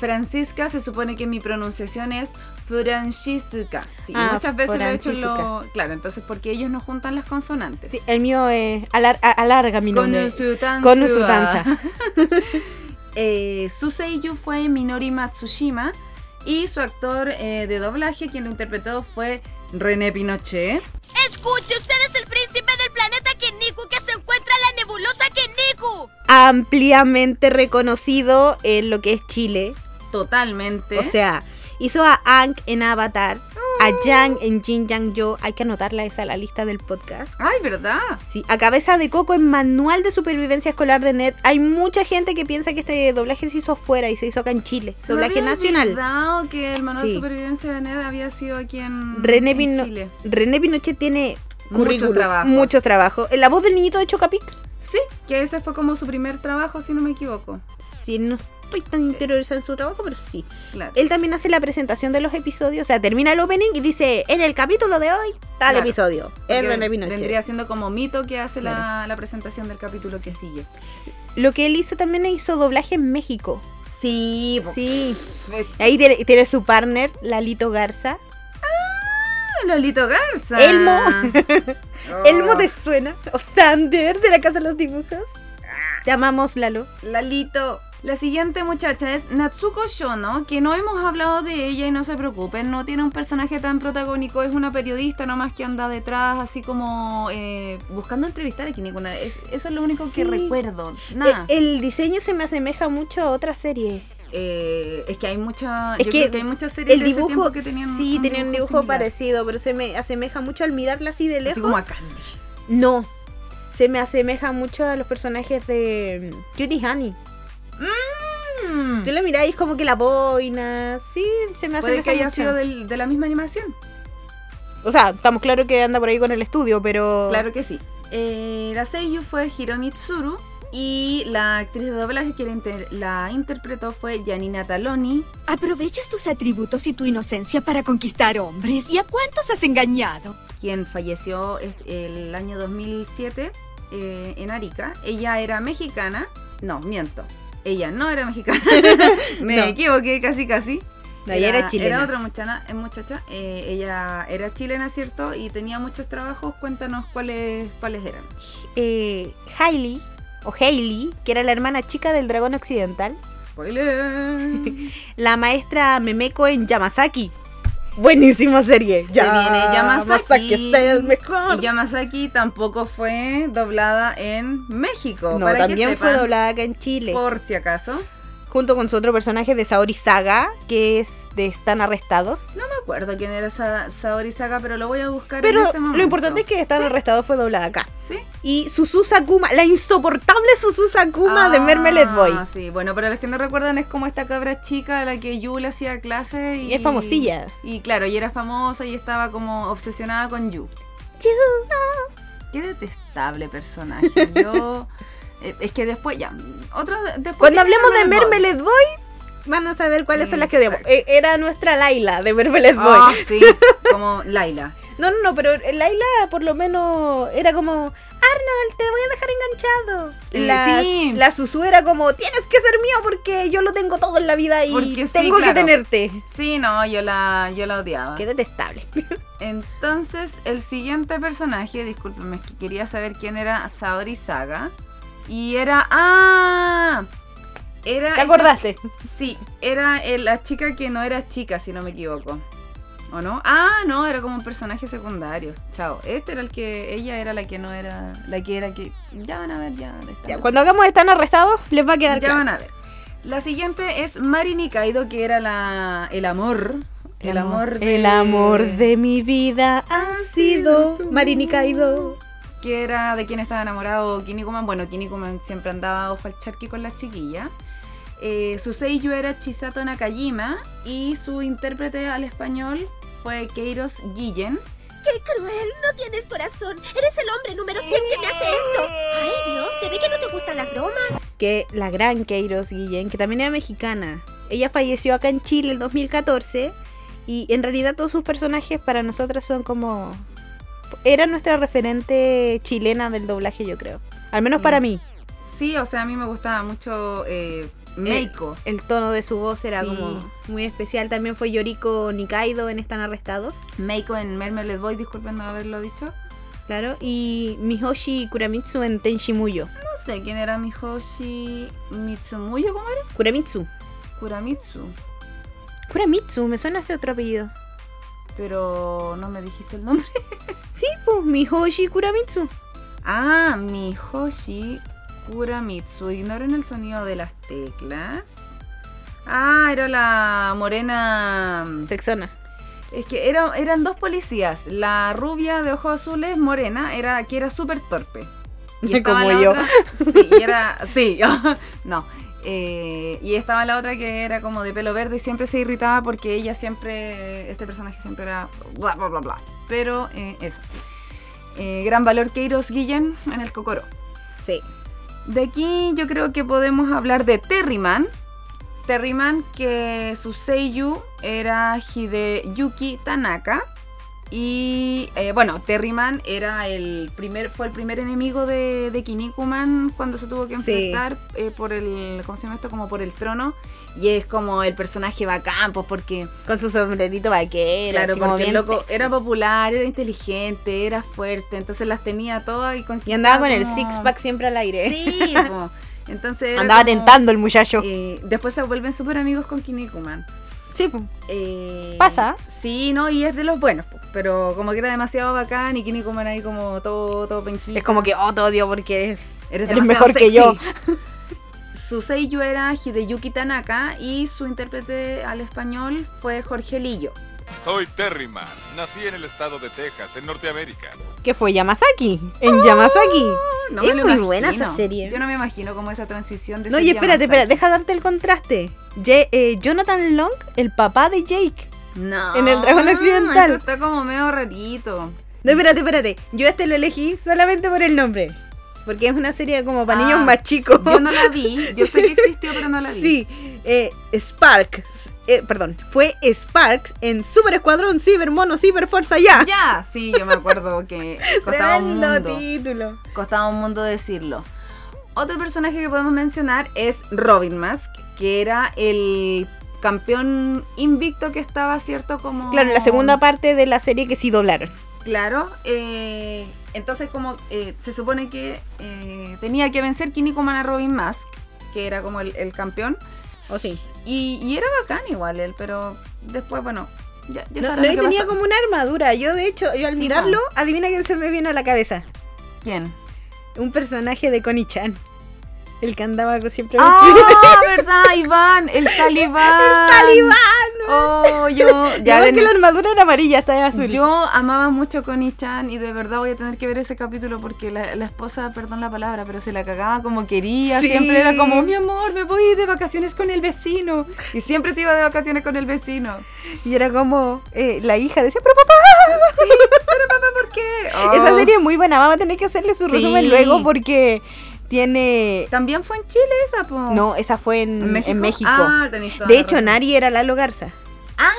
Speaker 3: Francisca, se supone que mi pronunciación es Francisca. Sí, y
Speaker 4: Ah,
Speaker 3: muchas veces lo he hecho en lo...
Speaker 4: Francisca.
Speaker 3: Claro, entonces porque ellos no juntan las consonantes.
Speaker 4: Sí, el mío es alar- a- alarga mi
Speaker 3: Con
Speaker 4: nombre.
Speaker 3: su danza.
Speaker 4: Con su danza.
Speaker 3: <laughs> Eh, su seiyuu fue Minori Matsushima y su actor eh, de doblaje quien lo interpretó fue René Pinochet.
Speaker 8: Escuche, usted es el príncipe del planeta Kiniku que se encuentra en la nebulosa Kiniku.
Speaker 4: Ampliamente reconocido en lo que es Chile.
Speaker 3: Totalmente.
Speaker 4: O sea, hizo a Ank en Avatar, a
Speaker 3: Oh.
Speaker 4: Yang en Jin Yang Yo. Hay que anotarla esa a la lista del podcast.
Speaker 3: Ay, ¿verdad?
Speaker 4: Sí, a Cabeza de Coco en Manual de Supervivencia Escolar de NET. Hay mucha gente que piensa que este doblaje se hizo fuera y se hizo acá en Chile.
Speaker 3: Se me
Speaker 4: Doblaje
Speaker 3: había
Speaker 4: nacional.
Speaker 3: olvidado que el manual
Speaker 4: Sí.
Speaker 3: de supervivencia de Ned había sido aquí en,
Speaker 4: René,
Speaker 3: en
Speaker 4: Pino-
Speaker 3: Chile.
Speaker 4: René Pinochet tiene
Speaker 3: Mucho
Speaker 4: currículum,
Speaker 3: trabajo.
Speaker 4: Mucho trabajo. En La voz del niñito de Chocapic.
Speaker 3: Sí, que ese fue como su primer trabajo, si no me equivoco.
Speaker 4: Sí, no estoy tan
Speaker 3: Eh.
Speaker 4: interiorizada en su trabajo, pero sí.
Speaker 3: Claro.
Speaker 4: Él también hace la presentación de los episodios. O sea, termina el opening y dice: En el capítulo de hoy, tal
Speaker 3: Claro.
Speaker 4: episodio. Es
Speaker 3: Que
Speaker 4: René Pinochet.
Speaker 3: Vendría siendo como mito que hace la, la presentación del capítulo que sigue.
Speaker 4: Lo que él hizo también hizo doblaje en México.
Speaker 3: Sí,
Speaker 4: Sí. Ahí tiene, tiene su partner, Lalito Garza.
Speaker 3: ¡Ah, Lolito Garza.
Speaker 4: Elmo.
Speaker 3: Oh.
Speaker 4: Elmo te suena. O Sander de la Casa de los Dibujos. Te amamos, Lalo.
Speaker 3: Lalito. La siguiente muchacha es Natsuko Shono, que no hemos hablado de ella y no se preocupen, no tiene un personaje tan protagónico, es una periodista nomás que anda detrás, así como eh, buscando entrevistar a Kinikuna. Es- eso es lo único
Speaker 4: Sí.
Speaker 3: que recuerdo. Nada.
Speaker 4: Eh, El, diseño se me asemeja mucho a otra serie.
Speaker 3: Eh, es que hay mucha.
Speaker 4: Es
Speaker 3: yo
Speaker 4: que
Speaker 3: creo que hay muchas series
Speaker 4: El
Speaker 3: de ese tiempo
Speaker 4: dibujo,
Speaker 3: que tenían.
Speaker 4: sí, tenía un dibujo
Speaker 3: similar.
Speaker 4: parecido, pero se me asemeja mucho al mirarla así de lejos.
Speaker 3: Así como a Candy.
Speaker 4: No, se me asemeja mucho a los personajes de mm, Cutie Honey. Tú la mirás y es como Mm, que la boina, sí, se me
Speaker 3: Mm. Puede
Speaker 4: asemeja
Speaker 3: que haya
Speaker 4: mucho.
Speaker 3: sido del- de la misma animación.
Speaker 4: O sea, estamos claro que anda por ahí con el estudio, pero...
Speaker 3: Claro que sí. Eh, la seiyuu fue Hiromi Tsuru y la actriz de doblaje que la, inter- la interpretó fue Janina Taloni.
Speaker 9: Aprovechas tus atributos y tu inocencia para conquistar hombres. ¿Y a cuántos has engañado?
Speaker 3: quien falleció es- el año 2007 eh, en Arica. Ella era mexicana. No, miento. Ella no era
Speaker 4: <laughs>
Speaker 3: mexicana. Me
Speaker 4: No.
Speaker 3: equivoqué casi casi.
Speaker 4: No, ella era chilena.
Speaker 3: Era otra muchana- eh, muchacha. Eh, ella era chilena, ¿cierto? Y tenía muchos trabajos. Cuéntanos cuáles, cuáles eran.
Speaker 4: Eh, Hailey, o Hailey, que era la hermana chica del dragón occidental, <laughs>
Speaker 3: Spoiler.
Speaker 4: la maestra Memeko en Yamazaki. Buenísima serie.
Speaker 3: Se viene Yamazaki.
Speaker 4: sea el mejor.
Speaker 3: Y Yamazaki tampoco fue doblada en México.
Speaker 4: No,
Speaker 3: para
Speaker 4: también
Speaker 3: que
Speaker 4: fue
Speaker 3: sepan,
Speaker 4: doblada acá en Chile.
Speaker 3: Por si acaso.
Speaker 4: Junto con su otro personaje de Saori Saga, que es de Están Arrestados.
Speaker 3: No me acuerdo quién era esa Saori Saga, pero lo voy a buscar.
Speaker 4: Pero
Speaker 3: en este
Speaker 4: lo importante es que Están
Speaker 3: Sí.
Speaker 4: Arrestados fue doblada acá.
Speaker 3: ¿Sí?
Speaker 4: Y Suzu Sakuma, la insoportable Suzu Sakuma de
Speaker 3: Ah,
Speaker 4: Mermeled Boy.
Speaker 3: Sí, bueno, para los que no recuerdan, es como esta cabra chica a la que Yu le hacía clase. Y
Speaker 4: Y es famosilla.
Speaker 3: Y claro, y era famosa y estaba como obsesionada con Yu. Qué
Speaker 4: <laughs>
Speaker 3: detestable personaje. Yo. eh, Es que después, ya. Otro, después
Speaker 4: Cuando
Speaker 3: viene
Speaker 4: hablemos de
Speaker 3: Mermelade
Speaker 4: Mermeled
Speaker 3: Boy.
Speaker 4: Boy, van a saber cuáles son las que debo.
Speaker 3: Exacto.
Speaker 4: era nuestra Laila de <laughs> Mermeled Boy.
Speaker 3: Ah, sí, como Laila.
Speaker 4: No, no, no, pero Laila por lo menos era como, Arnold, te voy a dejar enganchado.
Speaker 3: Eh,
Speaker 4: la,
Speaker 3: sí.
Speaker 4: la Susu era como, tienes que ser mío porque yo lo tengo todo en la vida y
Speaker 3: Porque sí,
Speaker 4: tengo que
Speaker 3: claro. Ah.
Speaker 4: tenerte.
Speaker 3: Sí, no, yo la, yo la odiaba.
Speaker 4: Qué detestable.
Speaker 3: Entonces, el siguiente personaje, discúlpeme, es que quería saber quién era Saori Saga. Y era. ¡Ah! Era.
Speaker 4: ¿Te
Speaker 3: esta-
Speaker 4: acordaste?
Speaker 3: Sí, era el- la chica que no era chica, si no me equivoco. ¿O no? Ah, no, era como un personaje secundario. Chao. Este era el que. Ella era la que no era. La que era que. Ya van a ver, ya van a estar.
Speaker 4: Ya, cuando hagamos están arrestados, les va a quedar
Speaker 3: Ya
Speaker 4: claro.
Speaker 3: van a ver. La siguiente es Marini Kaido, que era la, el amor. El amor de...
Speaker 4: El amor de mi vida ha sido
Speaker 3: sido tú.
Speaker 4: Marini Kaido.
Speaker 3: que era de quien estaba enamorado Kinnikuman. Bueno, Kinnikuman siempre andaba ojo al charqui con las chiquillas. Eh, su seiyuu era Chisato Nakajima y su intérprete al español fue Keiros Guillen.
Speaker 8: ¡Qué cruel! No tienes corazón. Eres el hombre número 100 que me hace esto. ¡Ay, Dios! Se ve que no te gustan las bromas.
Speaker 4: Que la gran Keiros Guillén, que también era mexicana. Ella falleció acá en Chile en 2014 y en realidad todos sus personajes para nosotras son como... Era nuestra referente chilena del doblaje, yo creo. Al menos
Speaker 3: Sí.
Speaker 4: para mí.
Speaker 3: Sí, o sea, a mí me gustaba mucho eh, Meiko.
Speaker 4: El tono de su voz era
Speaker 3: Sí.
Speaker 4: como muy especial. También fue Yoriko Nikaido en Están Arrestados,
Speaker 3: Meiko en Mermeled Boy, disculpen no haberlo dicho.
Speaker 4: claro. Y Mihoshi Kuramitsu en Tenshimuyo.
Speaker 3: No sé quién era Mihoshi Mitsumuyo, ¿cómo era?
Speaker 4: Kuramitsu.
Speaker 3: Kuramitsu.
Speaker 4: Kuramitsu, me suena ese otro apellido.
Speaker 3: Pero no me dijiste el nombre. <laughs>
Speaker 4: Sí, pues Mihoshi Kuramitsu.
Speaker 3: Ah, Mihoshi Kuramitsu. Ignoren el sonido de las teclas. Ah, era la morena.
Speaker 4: Sexona.
Speaker 3: Es que era- eran dos policías. La rubia de ojos azules, morena, era que era súper torpe.
Speaker 4: <laughs>
Speaker 3: estaba
Speaker 4: Como
Speaker 3: la
Speaker 4: yo.
Speaker 3: otra- sí, y era. Sí, <laughs> no. Eh, y estaba la otra que era como de pelo verde y siempre se irritaba porque ella siempre. Este personaje siempre era. Bla, bla, bla, bla. Pero eh, eso. Eh, gran valor Queiros Guillén en el Cocoro.
Speaker 4: Sí.
Speaker 3: De aquí yo creo que podemos hablar de Terryman. Terryman que su seiyu era Hideyuki Tanaka. Y eh, bueno, Terryman era el primer, fue el primer enemigo de, de Kinnikuman cuando se tuvo
Speaker 4: Sí.
Speaker 3: que enfrentar eh, por el, ¿cómo se llama esto? Como por el trono. Y es como el personaje bacán, pues porque
Speaker 4: Con su sombrerito vaquero.
Speaker 3: Claro,
Speaker 4: así como
Speaker 3: porque el
Speaker 4: bien
Speaker 3: loco
Speaker 4: Texas.
Speaker 3: era popular, era inteligente, era fuerte, entonces las tenía todas y
Speaker 4: Y andaba con el
Speaker 3: como-
Speaker 4: six-pack siempre al aire.
Speaker 3: Ah.
Speaker 4: <laughs>
Speaker 3: Sí, po. entonces era
Speaker 4: Andaba
Speaker 3: como-
Speaker 4: tentando el muchacho.
Speaker 3: eh, después se vuelven súper amigos con Kinnikuman.
Speaker 4: Sí, po.
Speaker 3: Eh,
Speaker 4: Pasa.
Speaker 3: Sí, no, y es de los buenos, po, pero como que era demasiado bacán y Kinnikuman ahí como todo, todo penquito.
Speaker 4: es como que, oh, te odio porque eres,
Speaker 3: Eres
Speaker 4: eres
Speaker 3: demasiado
Speaker 4: mejor que yo.
Speaker 3: <laughs> Su seiyuu era Hideyuki Tanaka y su intérprete al español fue Jorge Lillo.
Speaker 10: Soy Terryman. Nací en el estado de Texas, en Norteamérica.
Speaker 4: Que fue Yamazaki.
Speaker 3: Ah,
Speaker 4: En Yamazaki.
Speaker 3: No
Speaker 4: Es
Speaker 3: me lo
Speaker 4: muy
Speaker 3: imagino.
Speaker 4: buena esa serie.
Speaker 3: Yo no me imagino como esa transición de
Speaker 4: No,
Speaker 3: ser
Speaker 4: y espérate,
Speaker 3: Yamazaki.
Speaker 4: espérate, deja darte el contraste. Ye- eh, Jonathan Long, el papá de Jake.
Speaker 3: No.
Speaker 4: en el dragón occidental.
Speaker 3: Eso está como medio rarito.
Speaker 4: No, espérate, espérate. Yo este lo elegí solamente por el nombre. Porque es una serie como para
Speaker 3: Ah,
Speaker 4: niños más chicos.
Speaker 3: Yo no la vi. Yo sé que existió, pero no la
Speaker 4: <laughs>
Speaker 3: vi.
Speaker 4: Sí, eh, Spark. eh, perdón, fue Sparks en Super Escuadrón Cybermono Cyberfuerza ya.
Speaker 3: Ya, sí, yo me acuerdo
Speaker 4: <laughs>
Speaker 3: que costaba un
Speaker 4: Tremendo
Speaker 3: mundo.
Speaker 4: título.
Speaker 3: Costaba un mundo decirlo. Otro personaje que podemos mencionar es Robin Mask, que era el campeón invicto que estaba, ¿cierto? Como.
Speaker 4: Claro, la segunda parte de la serie que sí doblaron.
Speaker 3: Claro, eh, entonces como eh, se supone que eh, tenía que vencer Kinnikuman a Robin Mask, que era como el, el campeón.
Speaker 4: Oh, sí.
Speaker 3: Y, y era bacán igual él, pero después, bueno, ya, ya
Speaker 4: No,
Speaker 3: sabrán
Speaker 4: no,
Speaker 3: lo
Speaker 4: y
Speaker 3: que
Speaker 4: tenía
Speaker 3: pasó.
Speaker 4: como una armadura. Yo, de hecho, yo al
Speaker 3: Sí,
Speaker 4: mirarlo, adivina quién se me viene a la cabeza.
Speaker 3: ¿Quién?
Speaker 4: Un personaje de Connie-chan. El que andaba siempre <laughs>
Speaker 3: ¡Ah, verdad, Iván! ¡El talibán!
Speaker 4: ¡Talibán!
Speaker 3: ¡Oh,
Speaker 4: <laughs>
Speaker 3: yo!
Speaker 4: Ya
Speaker 3: <laughs> Ya
Speaker 4: ves
Speaker 3: ven,
Speaker 4: que la armadura era amarilla, está de azul.
Speaker 3: yo amaba mucho con Ichan y de verdad voy a tener que ver ese capítulo porque la, la esposa, perdón la palabra, pero se la cagaba como quería.
Speaker 4: Sí.
Speaker 3: Siempre era como, mi amor, me voy de vacaciones con el vecino. Y siempre se iba de vacaciones con el vecino.
Speaker 4: Y era como eh, la hija decía, pero papá,
Speaker 3: ¿Por qué? Oh.
Speaker 4: esa serie es muy buena, vamos a tener que hacerle su
Speaker 3: Sí.
Speaker 4: resumen luego porque tiene...
Speaker 3: También fue en Chile esa, po.
Speaker 4: No, esa fue en en México.
Speaker 3: Ah, tenéis toda
Speaker 4: de
Speaker 3: la
Speaker 4: hecho,
Speaker 3: razón.
Speaker 4: Nari era Lalo Garza.
Speaker 3: Ah,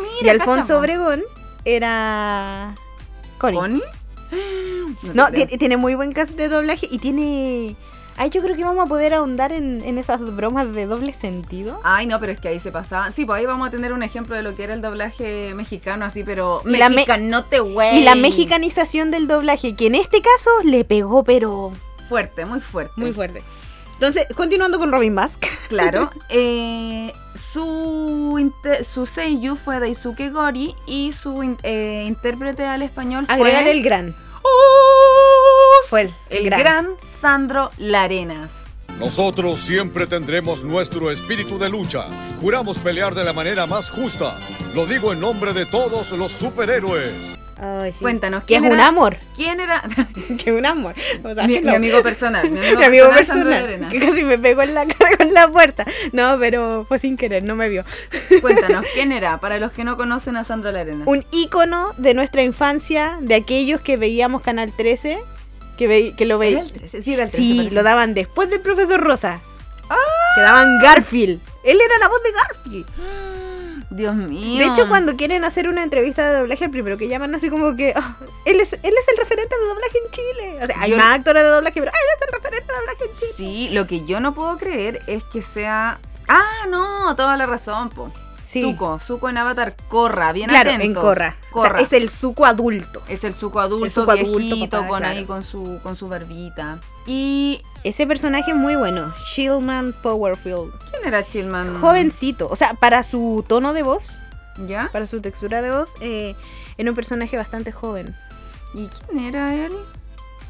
Speaker 3: mira,
Speaker 4: y Alfonso
Speaker 3: cacha, po.
Speaker 4: Obregón era... Connie.
Speaker 3: ¿Connie?
Speaker 4: No,
Speaker 3: te creo.
Speaker 4: tiene, tiene muy buen cast de doblaje y tiene... Ay, yo creo que vamos a poder ahondar en, en esas bromas de doble sentido.
Speaker 3: Ay, no, pero es que ahí se pasaban. Sí, pues ahí vamos a tener un ejemplo de lo que era el doblaje mexicano, así, pero.
Speaker 4: Y la me-
Speaker 3: no te güey.
Speaker 4: Y la mexicanización del doblaje, que en este caso le pegó, pero...
Speaker 3: Fuerte, muy fuerte.
Speaker 4: Muy fuerte. Entonces, continuando con Robin
Speaker 3: <laughs>
Speaker 4: Mask. <laughs>
Speaker 3: Claro. Eh, su, inte- su seiyuu fue Daisuke Gori y su in- eh, intérprete al español fue.
Speaker 4: Agregar el gran. Fue el,
Speaker 3: el gran Sandro Larenas.
Speaker 10: Nosotros siempre tendremos nuestro espíritu de lucha. Juramos pelear de la manera más justa. Lo digo en nombre de todos los superhéroes.
Speaker 4: Ay, sí.
Speaker 3: Cuéntanos,
Speaker 4: Que es
Speaker 3: ¿quién
Speaker 4: un
Speaker 3: era?
Speaker 4: amor. <laughs>
Speaker 3: ¿Quién era? <laughs>
Speaker 4: Que es un amor. O sea,
Speaker 3: mi,
Speaker 4: que
Speaker 3: mi
Speaker 4: no. <laughs>
Speaker 3: amigo personal. Mi amigo,
Speaker 4: Mi amigo
Speaker 3: Sandro
Speaker 4: personal.
Speaker 3: Larenas.
Speaker 4: Que casi me pegó en la <laughs> cara con la puerta. No, pero fue sin querer, no me vio.
Speaker 3: Cuéntanos, ¿quién era? Para los que no conocen a Sandro Larenas.
Speaker 4: Un ícono de nuestra infancia, de aquellos que veíamos Canal 13, que, ve- que lo
Speaker 3: ¿Era
Speaker 4: veíamos.
Speaker 3: el 13? Sí, era el 13.
Speaker 4: Sí,
Speaker 3: parece. ¡Ah!
Speaker 4: lo daban después del profesor Rosa. Que daban Garfield. Él era la voz de Garfield.
Speaker 3: Dios mío.
Speaker 4: De hecho, cuando quieren hacer una entrevista de doblaje, el primero que llaman así como que "Ah, él, es, él es el referente de doblaje en Chile. O sea, hay
Speaker 3: Yo-
Speaker 4: más actores de doblaje, pero "Ah, él es el referente de doblaje en Chile.
Speaker 3: Sí, lo que yo no puedo creer es que sea. Ah, no, toda la razón, po.
Speaker 4: Sí.
Speaker 3: Zuko, Zuko en Avatar, corra, bien
Speaker 4: claro, en
Speaker 3: atentos.
Speaker 4: Corra. O sea,
Speaker 3: Corra.
Speaker 4: es el suco adulto.
Speaker 3: es el Zuko adulto,
Speaker 4: el Zuko adulto,
Speaker 3: viejito,
Speaker 4: papá,
Speaker 3: con
Speaker 4: claro.
Speaker 3: ahí con su, con su barbita. ¿Y
Speaker 4: Ese personaje es muy bueno. Shieldman Powerfield.
Speaker 3: quién era Chilman?
Speaker 4: Jovencito. O sea, para su tono de voz,
Speaker 3: ¿Ya?
Speaker 4: para su textura de voz, eh, era un personaje bastante joven.
Speaker 3: ¿Y quién era él?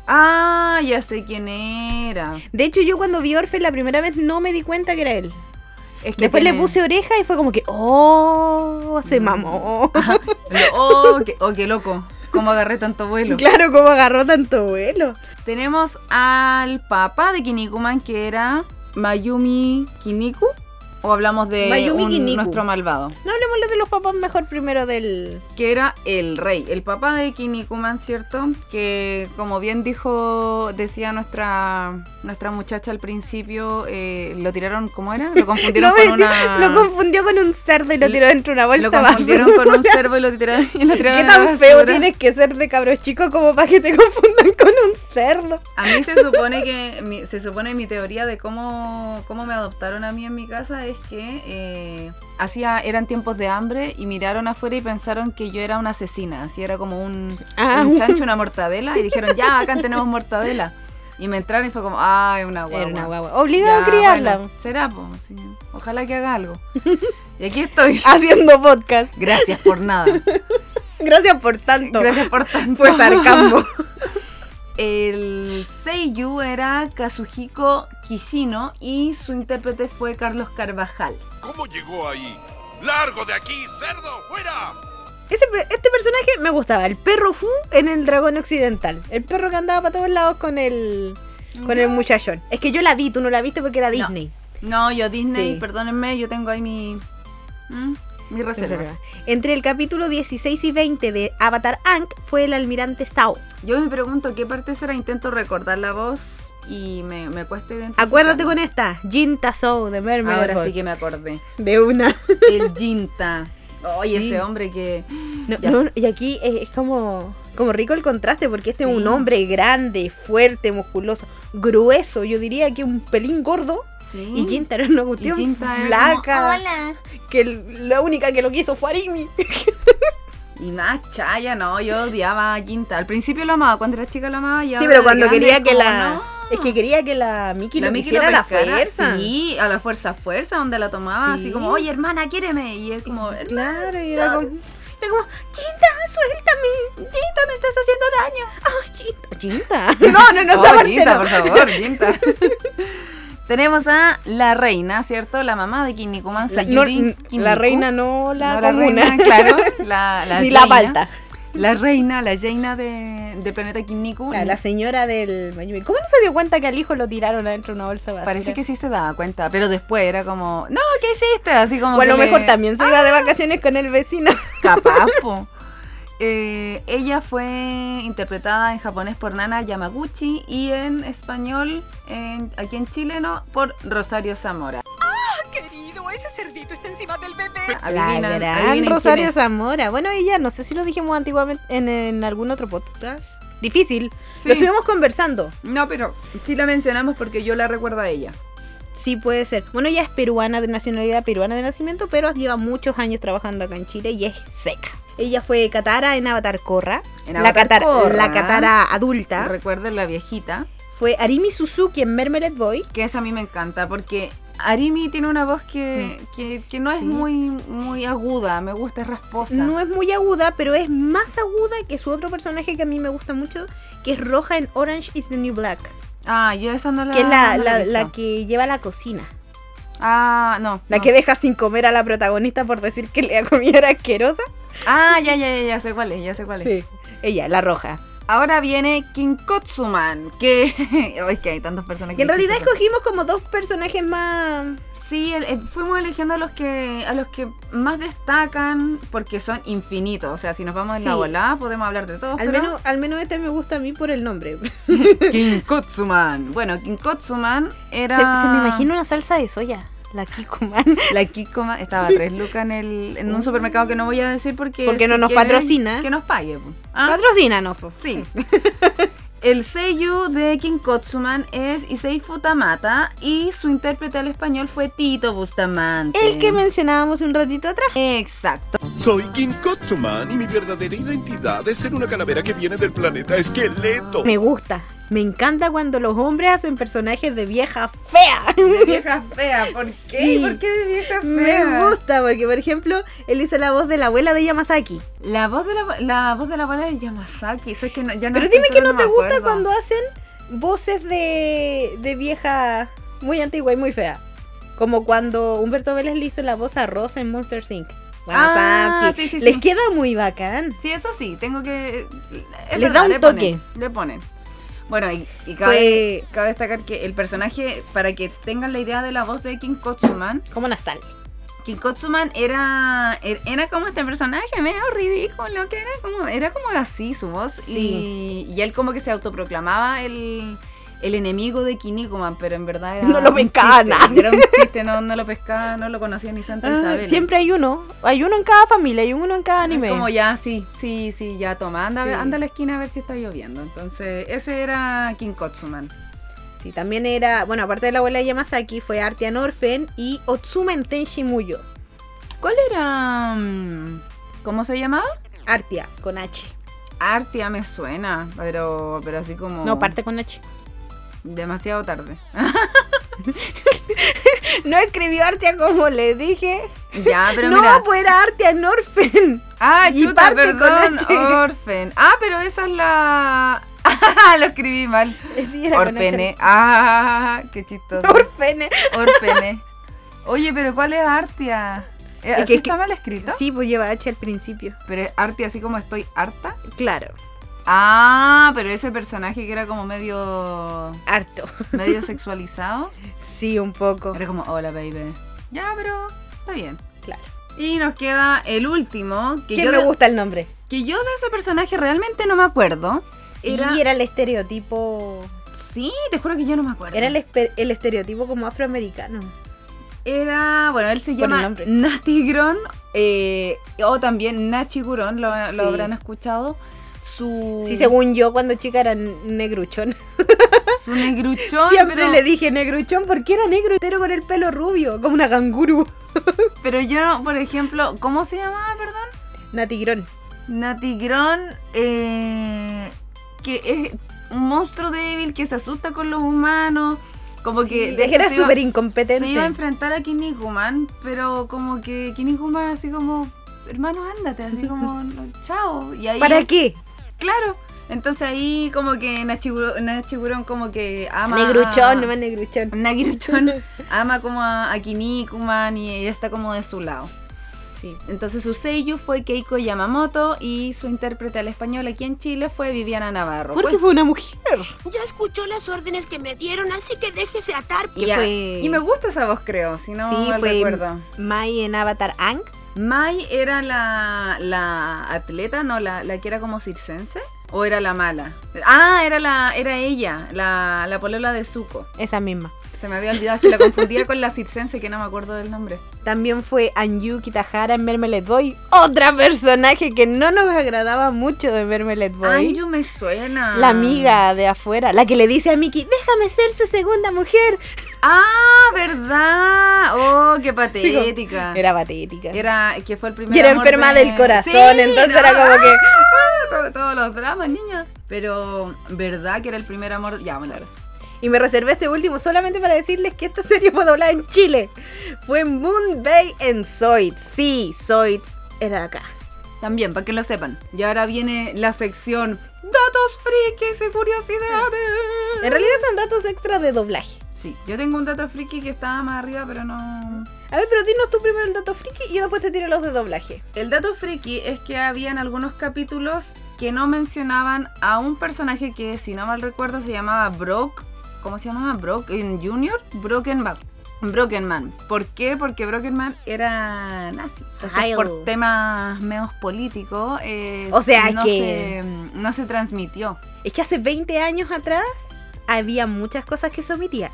Speaker 3: Ah, ya sé quién era.
Speaker 4: De hecho, yo cuando vi Orfe la primera vez no me di cuenta que era él.
Speaker 3: Es Mm. que
Speaker 4: Después
Speaker 3: tiene-
Speaker 4: le puse oreja y fue como que, oh, se
Speaker 3: <laughs>
Speaker 4: mamó.
Speaker 3: Ah, Lo- Oh, qué, oh, qué loco. ¿Cómo agarré tanto vuelo?
Speaker 4: claro, cómo agarró tanto vuelo.
Speaker 3: Tenemos al papá de Kinnikuman que era Mayumi Kiniku. ¿O hablamos de
Speaker 4: Mayumi
Speaker 3: un-
Speaker 4: Kinniku.
Speaker 3: nuestro malvado?
Speaker 4: No hablemos de los papás mejor primero del...
Speaker 3: Que era el rey, el papá de Kinnikuman, ¿cierto? Que como bien dijo, decía nuestra nuestra muchacha al principio, eh, lo tiraron, ¿cómo era?
Speaker 4: <laughs>
Speaker 3: Lo confundieron
Speaker 4: Lo
Speaker 3: con
Speaker 4: metió-
Speaker 3: una...
Speaker 4: Lo confundió con un cerdo y lo
Speaker 3: Le-
Speaker 4: tiró dentro de una bolsa
Speaker 3: lo confundieron con
Speaker 4: <laughs>
Speaker 3: un
Speaker 4: basura.
Speaker 3: cervo y lo tiraron, y lo tiraron
Speaker 4: <laughs> ¿Qué
Speaker 3: en la
Speaker 4: tan feo
Speaker 3: basura.
Speaker 4: tienes que ser de cabros chicos como para que te <laughs> confundan con un cerdo?
Speaker 3: A mí se supone que mi, se supone mi teoría de cómo, cómo me adoptaron a mí en mi casa es que eh, hacía eran tiempos de hambre y miraron afuera y pensaron que yo era una asesina, así era como un,
Speaker 4: Ah.
Speaker 3: un chancho, una mortadela y dijeron ya acá tenemos mortadela y me entraron y fue como ay una guagua,
Speaker 4: Era una guagua. Obligado a criarla.
Speaker 3: bueno, será pues, sí. ojalá que haga algo y aquí estoy.
Speaker 4: Ah. Haciendo podcast.
Speaker 3: Gracias por nada.
Speaker 4: Gracias por tanto.
Speaker 3: Gracias por tanto.
Speaker 4: Fue sarcasmo.
Speaker 3: <laughs> El Seiyu era Kazuhiko Kishino y su intérprete fue Carlos Carvajal.
Speaker 10: ¿Cómo llegó ahí? ¡Largo de aquí, cerdo! ¡Fuera!
Speaker 4: Ese pe- este personaje me gustaba, el perro Fu en el dragón occidental. El perro que andaba para todos lados con el con el muchachón. Es que yo la vi, tú no la viste porque era Disney.
Speaker 3: No, yo Disney,
Speaker 4: Sí.
Speaker 3: perdónenme, yo tengo ahí mi. ¿Mm? Mi
Speaker 4: Es
Speaker 3: reserva.
Speaker 4: verdad. Entre el capítulo 16 y 20 de Avatar Ankh fue el almirante Sao.
Speaker 3: Yo me pregunto qué parte será, intento recordar la voz y me, me cuesta identificar.
Speaker 4: Acuérdate con esta, Jin Tazou de Mermaid.
Speaker 3: Ahora
Speaker 4: Ball.
Speaker 3: sí que me
Speaker 4: <laughs>
Speaker 3: acordé.
Speaker 4: De una.
Speaker 3: El Jinta. Oye,
Speaker 4: Sí.
Speaker 3: ese hombre que.
Speaker 4: No,
Speaker 3: Ya.
Speaker 4: no, y aquí es, es como, como rico el contraste porque este es
Speaker 3: Sí.
Speaker 4: un hombre grande, fuerte, musculoso, grueso, yo diría que un pelín gordo.
Speaker 3: Sí.
Speaker 4: Y Jinta era una
Speaker 3: ¿Mm? Y
Speaker 4: cuestión
Speaker 3: Jinta era
Speaker 4: flaca.
Speaker 3: como, "Hola".
Speaker 4: que el- la única que lo quiso fue Arimi. <laughs>
Speaker 3: Y más chaya, no, yo odiaba a Jinta. Al principio lo amaba, cuando era chica lo amaba y
Speaker 4: sí,
Speaker 3: ahora
Speaker 4: pero
Speaker 3: de
Speaker 4: cuando
Speaker 3: grande
Speaker 4: quería
Speaker 3: es
Speaker 4: que
Speaker 3: como,
Speaker 4: la.
Speaker 3: "No".
Speaker 4: Es que quería que la Miki lo
Speaker 3: Miki
Speaker 4: quisiera a la
Speaker 3: pescara,
Speaker 4: fuerza.
Speaker 3: Sí, a la fuerza, fuerza, donde la tomaba
Speaker 4: Sí.
Speaker 3: así como, oye hermana, quiéreme. Y es como, "Hermana,
Speaker 4: Claro, y era
Speaker 3: no,
Speaker 4: como. Era como, Chinta, suéltame.
Speaker 3: Jinta, me estás haciendo daño.
Speaker 4: Ah, Chinta. Chinta.
Speaker 3: <laughs>
Speaker 4: No, <laughs> no, no, <laughs>
Speaker 3: Oh,
Speaker 4: esa parte
Speaker 3: Jinta,
Speaker 4: no.
Speaker 3: por favor, Jinta. <laughs> Tenemos a la reina, ¿cierto? La mamá de Kinnikuman,
Speaker 4: La,
Speaker 3: Sayuri
Speaker 4: no,
Speaker 3: Kinniku.
Speaker 4: la reina no, la
Speaker 3: No,
Speaker 4: comuna. <laughs>
Speaker 3: reina, claro. La, la
Speaker 4: Ni la
Speaker 3: reina.
Speaker 4: balta.
Speaker 3: La reina, la reina de, del planeta Kinniku.
Speaker 4: La, la señora del Mayumi. ¿Cómo no se dio cuenta que al hijo lo tiraron adentro de una bolsa de basura?
Speaker 3: Parece que sí se daba cuenta, pero después era como, no, ¿qué hiciste? Así como
Speaker 4: O a
Speaker 3: que Ah.
Speaker 4: lo
Speaker 3: le-
Speaker 4: mejor también se iba de vacaciones con el vecino.
Speaker 3: <laughs>
Speaker 4: <laughs>
Speaker 3: Capaz, po. Eh, ella fue interpretada en japonés por Nana Yamaguchi y en español, en- aquí en chileno, por Rosario Zamora.
Speaker 11: Ah, Querido, ese cerdito está encima del bebé.
Speaker 4: La
Speaker 3: <laughs> Adivina,
Speaker 4: gran Rosario Zamora. Bueno, ella, no sé si lo dijimos antiguamente en, en algún otro podcast. Difícil.
Speaker 3: Sí.
Speaker 4: Lo estuvimos conversando.
Speaker 3: No, pero sí la mencionamos porque yo la recuerdo a ella.
Speaker 4: Sí, puede ser. Bueno, ella es peruana de nacionalidad peruana de nacimiento, pero lleva muchos años trabajando acá en Chile y es seca. Ella fue Katara en Avatar Korra.
Speaker 3: En
Speaker 4: la,
Speaker 3: Avatar
Speaker 4: Katara,
Speaker 3: Korra.
Speaker 4: la Katara adulta.
Speaker 3: Recuerden la viejita,
Speaker 4: fue Arimi Suzuki en Mermaid Boy.
Speaker 3: que esa a mí me encanta porque Arimi tiene una voz que, que- que no
Speaker 4: Mm.
Speaker 3: es
Speaker 4: Sí.
Speaker 3: muy, muy aguda, me gusta, es rasposa.
Speaker 4: No es muy aguda, pero es más aguda que su otro personaje que a mí me gusta mucho, que es roja en Orange is the New Black,
Speaker 3: Ah, yo esa no la
Speaker 4: que es la,
Speaker 3: no la
Speaker 4: la-
Speaker 3: he
Speaker 4: la
Speaker 3: visto.
Speaker 4: que lleva a la cocina.
Speaker 3: Ah, no.
Speaker 4: La
Speaker 3: no.
Speaker 4: que deja sin comer a la protagonista por decir que la comida era asquerosa.
Speaker 3: Ah, ya, ya, ya, ya sé cuál es, ya sé cuál es.
Speaker 4: Sí, ella, la roja.
Speaker 3: Ahora viene Kinkotsuman, que. <laughs> Ay, es que hay tantos personajes.
Speaker 4: Y en realidad
Speaker 3: chistosos.
Speaker 4: escogimos como dos personajes más...
Speaker 3: Sí, el- el- fuimos eligiendo a los que a los que más destacan porque son infinitos. O sea, si nos vamos en la
Speaker 4: Sí.
Speaker 3: volada, podemos hablar de todos.
Speaker 4: Al
Speaker 3: pero-
Speaker 4: menos, al menos este me gusta a mí por el nombre. <laughs>
Speaker 3: Kinkotsuman. Bueno, Kinkotsuman
Speaker 4: <laughs>
Speaker 3: era.
Speaker 4: Se, se me imagina una salsa de soya, la Kikuman.
Speaker 3: La Kikoma estaba a tres lucas en, el, en un supermercado que no voy a decir porque.
Speaker 4: Porque no nos
Speaker 3: quieren,
Speaker 4: patrocina.
Speaker 3: Que nos pague. po. Ah,
Speaker 4: Patrocínanos, po.
Speaker 3: Sí. <laughs> El sello de Kinkotsuman es Issei Futamata y su intérprete al español fue Tito Bustamante.
Speaker 4: El que mencionábamos un ratito atrás. <laughs>
Speaker 3: Exacto.
Speaker 10: Soy Kinkotsuman y mi verdadera identidad es ser una calavera que viene del planeta esqueleto.
Speaker 4: Me gusta. Me encanta cuando los hombres hacen personajes de vieja fea.
Speaker 3: De vieja fea, ¿por qué?
Speaker 4: Sí.
Speaker 3: ¿Por qué de vieja fea?
Speaker 4: <laughs> Me gusta porque, por ejemplo, él hizo la voz de la abuela de Yamazaki.
Speaker 3: La voz de la, la voz de la abuela de Yamazaki. sé que no- ya no
Speaker 4: Pero
Speaker 3: estoy
Speaker 4: dime que
Speaker 3: segura,
Speaker 4: no te
Speaker 3: me
Speaker 4: gusta
Speaker 3: acuerdo.
Speaker 4: cuando hacen voces de, de vieja muy antigua y muy fea. Como cuando Humberto Vélez le hizo la voz a Ross en Monster Inc.
Speaker 3: Ah,
Speaker 4: Wazowski.
Speaker 3: sí, sí, sí.
Speaker 4: Les queda muy bacán.
Speaker 3: Sí, eso sí, tengo que. es
Speaker 4: Les da un
Speaker 3: le ponen,
Speaker 4: toque.
Speaker 3: le ponen. Bueno, y, y cabe, cabe destacar que el personaje, para que tengan la idea de la voz de King Kotsuman.
Speaker 4: Como nasal.
Speaker 3: King Kotsuman era, er- era como este personaje medio ridículo, que era como, era como así su voz.
Speaker 4: Sí.
Speaker 3: Y, y él como que se autoproclamaba el, el enemigo de Kinnikuman, pero en verdad era.
Speaker 4: No lo
Speaker 3: un chiste,
Speaker 4: pescaba nadie.
Speaker 3: Era un chiste, no, no lo pescaba, no lo conocía ni Santa
Speaker 4: Ah,
Speaker 3: Isabel.
Speaker 4: siempre hay uno. Hay uno en cada familia, hay uno en cada anime.
Speaker 3: Como ya, sí, sí, sí, ya toma, anda,
Speaker 4: Sí.
Speaker 3: anda a la esquina a ver si está lloviendo. Entonces, ese era King Kotsuman.
Speaker 4: Sí, también era, bueno, aparte de la abuela de Yamasaki, fue Artian Orphan y Otsumen Tenshimuyo.
Speaker 3: ¿Cuál era? mm, ¿Cómo se llamaba?
Speaker 4: Artia, con H.
Speaker 3: Artia me suena, pero, pero así como...
Speaker 4: No, parte con H. <laughs>
Speaker 3: Demasiado tarde.
Speaker 4: No escribió Artia como le dije.
Speaker 3: Ya, pero
Speaker 4: no,
Speaker 3: mira.
Speaker 4: pues era Artian Orphan.
Speaker 3: Ah,
Speaker 4: Y
Speaker 3: chuta,
Speaker 4: parte con
Speaker 3: perdón,
Speaker 4: H.
Speaker 3: Orfen. Ah, pero esa es la... <laughs> Lo escribí mal.
Speaker 4: <laughs> Sí, era con
Speaker 3: Orpene.
Speaker 4: H.
Speaker 3: Ah, qué chistoso.
Speaker 4: Orpene.
Speaker 3: Orpene. Oye, pero ¿cuál es Artia? Eh,
Speaker 4: Es
Speaker 3: ¿así
Speaker 4: que-
Speaker 3: está mal escrito?
Speaker 4: Sí, pues lleva H al principio.
Speaker 3: Pero es Artia así como estoy harta.
Speaker 4: Claro,
Speaker 3: Ah, pero ese personaje que era como medio...
Speaker 4: harto. <laughs>
Speaker 3: medio sexualizado.
Speaker 4: Sí, un poco.
Speaker 3: Era como, hola, baby. Ya, pero está bien.
Speaker 4: Claro.
Speaker 3: Y nos queda el último, que
Speaker 4: ¿Quién
Speaker 3: yo,
Speaker 4: me
Speaker 3: de,
Speaker 4: gusta el nombre?
Speaker 3: que yo de ese personaje realmente no me acuerdo.
Speaker 4: Sí,
Speaker 3: Era-
Speaker 4: era, el estereotipo.
Speaker 3: Sí, te juro que yo no me acuerdo.
Speaker 4: Era el, espe- el estereotipo como afroamericano.
Speaker 3: Era- bueno, él se
Speaker 4: Por el
Speaker 3: llama
Speaker 4: nombre.
Speaker 3: Natigron, eh, o también Nachigurón, lo, lo
Speaker 4: Sí.
Speaker 3: habrán escuchado. Su,
Speaker 4: Sí, según yo, cuando chica era negruchón.
Speaker 3: su negruchón,
Speaker 4: <laughs> Siempre
Speaker 3: pero,
Speaker 4: le dije negruchón porque era negro entero con el pelo rubio, como una canguru.
Speaker 3: pero yo, no- por ejemplo, ¿cómo se llamaba, perdón?
Speaker 4: Natigrón.
Speaker 3: Natigrón, eh, que es un monstruo débil que se asusta con los humanos. Como que de hecho
Speaker 4: era
Speaker 3: se iba-
Speaker 4: súper incompetente.
Speaker 3: Se iba a enfrentar a Kinnikuman, pero como que Kinnikuman así como, hermano, ándate, así
Speaker 4: <laughs>
Speaker 3: como, no, chao. Y ahí,
Speaker 4: ¿Para qué?
Speaker 3: Claro. Entonces ahí como que Nachiguro- Nachigurón como que ama...
Speaker 4: Negruchón, nomás negruchón. <laughs>
Speaker 3: Nagirchon ama como a, a Kinnikuman y ella está como de su lado.
Speaker 4: Sí.
Speaker 3: Entonces su seiyuu fue Keiko Yamamoto y su intérprete al español aquí en Chile fue Viviana Navarro.
Speaker 4: Porque
Speaker 3: Pues-
Speaker 4: fue una mujer.
Speaker 8: Ya escuchó las órdenes que me dieron, así que déjese atar.
Speaker 4: que
Speaker 3: Ya.
Speaker 4: fue-
Speaker 3: y me gusta esa voz creo, si no
Speaker 4: sí,
Speaker 3: mal
Speaker 4: fue
Speaker 3: recuerdo.
Speaker 4: Mai en Avatar Ang.
Speaker 3: Mai era la, la atleta, no, la, la que era como circense. ¿O era la mala? Ah, era la era ella, la, la polola de Zuko.
Speaker 4: Esa misma.
Speaker 3: Se me había olvidado es que la confundía con la circense, que no me acuerdo del nombre.
Speaker 4: También fue Anyu Kitahara en Mermelet Boy. Otra personaje que no nos agradaba mucho de Mermelet Boy.
Speaker 3: Ay, yo me suena.
Speaker 4: La amiga de afuera, la que le dice a Mickey, déjame ser su segunda mujer.
Speaker 3: Ah, verdad. Oh, qué
Speaker 4: Sí, como-
Speaker 3: patética.
Speaker 4: Era patética.
Speaker 3: Era- que fue el primer
Speaker 4: Y era
Speaker 3: amor
Speaker 4: enferma
Speaker 3: de-
Speaker 4: del corazón,
Speaker 3: Sí,
Speaker 4: entonces era
Speaker 3: no,
Speaker 4: como que...
Speaker 3: todo- todos los dramas, niña. Pero, ¿verdad que era el primer amor? Ya, bueno, era.
Speaker 4: Y me reservé este último solamente para decirles que esta <laughs> serie fue doblada en Chile. Fue Moon Bay en Zoids. Sí, Zoids era de acá.
Speaker 3: También, para que lo sepan. Y ahora viene la sección Datos frikis y curiosidades.
Speaker 4: En realidad son datos extra de doblaje.
Speaker 3: Sí, yo tengo un dato friki que estaba más arriba, pero no.
Speaker 4: A ver, pero dinos tú primero el dato friki y yo después te tiro los de doblaje.
Speaker 3: El dato friki es que habían algunos capítulos que no mencionaban a un personaje que, si no mal recuerdo, se llamaba Brock. ¿Cómo se llamaba? Brock en Junior? Brokenman. Brokenman. ¿Por qué? Porque Brokenman era nazi. Entonces,
Speaker 4: Ay,
Speaker 3: por
Speaker 4: oh.
Speaker 3: temas meos políticos, eh,
Speaker 4: O sea
Speaker 3: no
Speaker 4: que-
Speaker 3: se- no se transmitió.
Speaker 4: Es que hace 20 años atrás había muchas cosas que se omitían.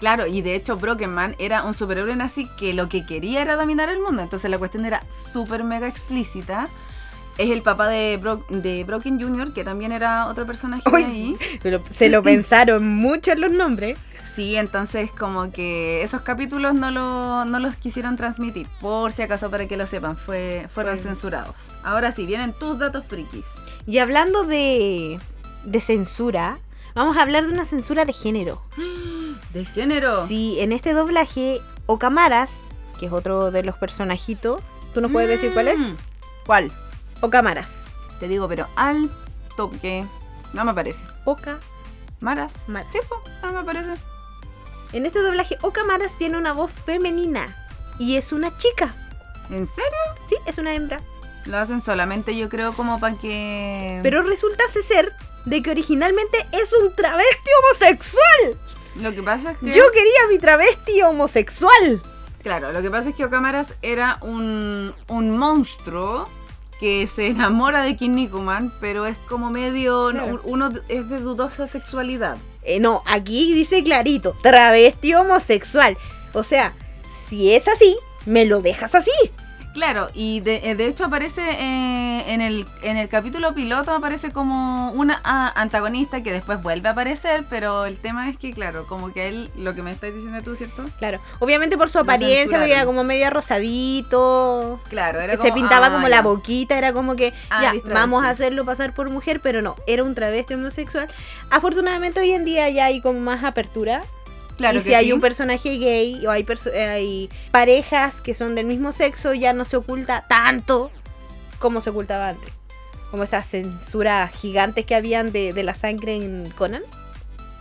Speaker 3: Claro, y de hecho Brokenman era un superhéroe nazi que lo que quería era dominar el mundo. Entonces la cuestión era súper mega explícita. Es el papá de, Bro de Broken Jr., que también era otro personaje de
Speaker 4: Uy.
Speaker 3: ahí.
Speaker 4: Pero se
Speaker 3: <laughs>
Speaker 4: lo pensaron mucho en los nombres.
Speaker 3: Sí, entonces como que esos capítulos no, lo- no los quisieron transmitir. Por si acaso, para que lo sepan, fue, fueron
Speaker 4: Fue-
Speaker 3: censurados. Ahora sí, vienen tus datos frikis.
Speaker 4: Y hablando de, de censura, vamos a hablar de una censura de género.
Speaker 3: ¿De género?
Speaker 4: Sí, en este doblaje, Okamaras, que es otro de los personajitos, ¿tú nos puedes decir cuál es?
Speaker 3: Mm. ¿Cuál?
Speaker 4: Okamaras.
Speaker 3: Te digo, pero al toque. No me aparece.
Speaker 4: Oka
Speaker 3: Maras.
Speaker 4: Maras.
Speaker 3: Sí, po, no me aparece.
Speaker 4: En este doblaje, Okamaras tiene una voz femenina y es una chica.
Speaker 3: ¿En serio?
Speaker 4: Sí, es una hembra.
Speaker 3: Lo hacen solamente, yo creo, como para que.
Speaker 4: Pero resulta ser de que originalmente es un travesti homosexual.
Speaker 3: Lo que pasa es que.
Speaker 4: Yo quería mi travesti homosexual.
Speaker 3: Claro, lo que pasa es que Okamaras era un, un monstruo que se enamora de Kinnikuman, pero es como medio. no,
Speaker 4: Claro.
Speaker 3: uno es de dudosa sexualidad.
Speaker 4: Eh, no, aquí dice clarito, travesti homosexual. O sea, si es así, me lo dejas así.
Speaker 3: Claro, y de, eh, de hecho aparece eh, en, el, en el capítulo piloto, aparece como una ah, antagonista que después vuelve a aparecer, pero el tema es que, claro, como que a él, lo que me estás diciendo tú, ¿cierto?
Speaker 4: Claro, obviamente por su
Speaker 3: Lo
Speaker 4: apariencia, porque era
Speaker 3: censuraron.
Speaker 4: como media rosadito.
Speaker 3: Claro, era
Speaker 4: se
Speaker 3: como,
Speaker 4: pintaba
Speaker 3: ah,
Speaker 4: como
Speaker 3: ya.
Speaker 4: la boquita, era como que
Speaker 3: Ah,
Speaker 4: ya,
Speaker 3: eres travesti.
Speaker 4: vamos a hacerlo pasar por mujer, pero no, era un travesti homosexual. Afortunadamente hoy en día ya hay como más apertura.
Speaker 3: Claro
Speaker 4: y si
Speaker 3: que
Speaker 4: hay
Speaker 3: sí.
Speaker 4: un personaje gay o hay, perso- eh, hay parejas que son del mismo sexo, ya no se oculta tanto como se ocultaba antes. Como esas censuras gigantes que habían de, de la sangre en Conan.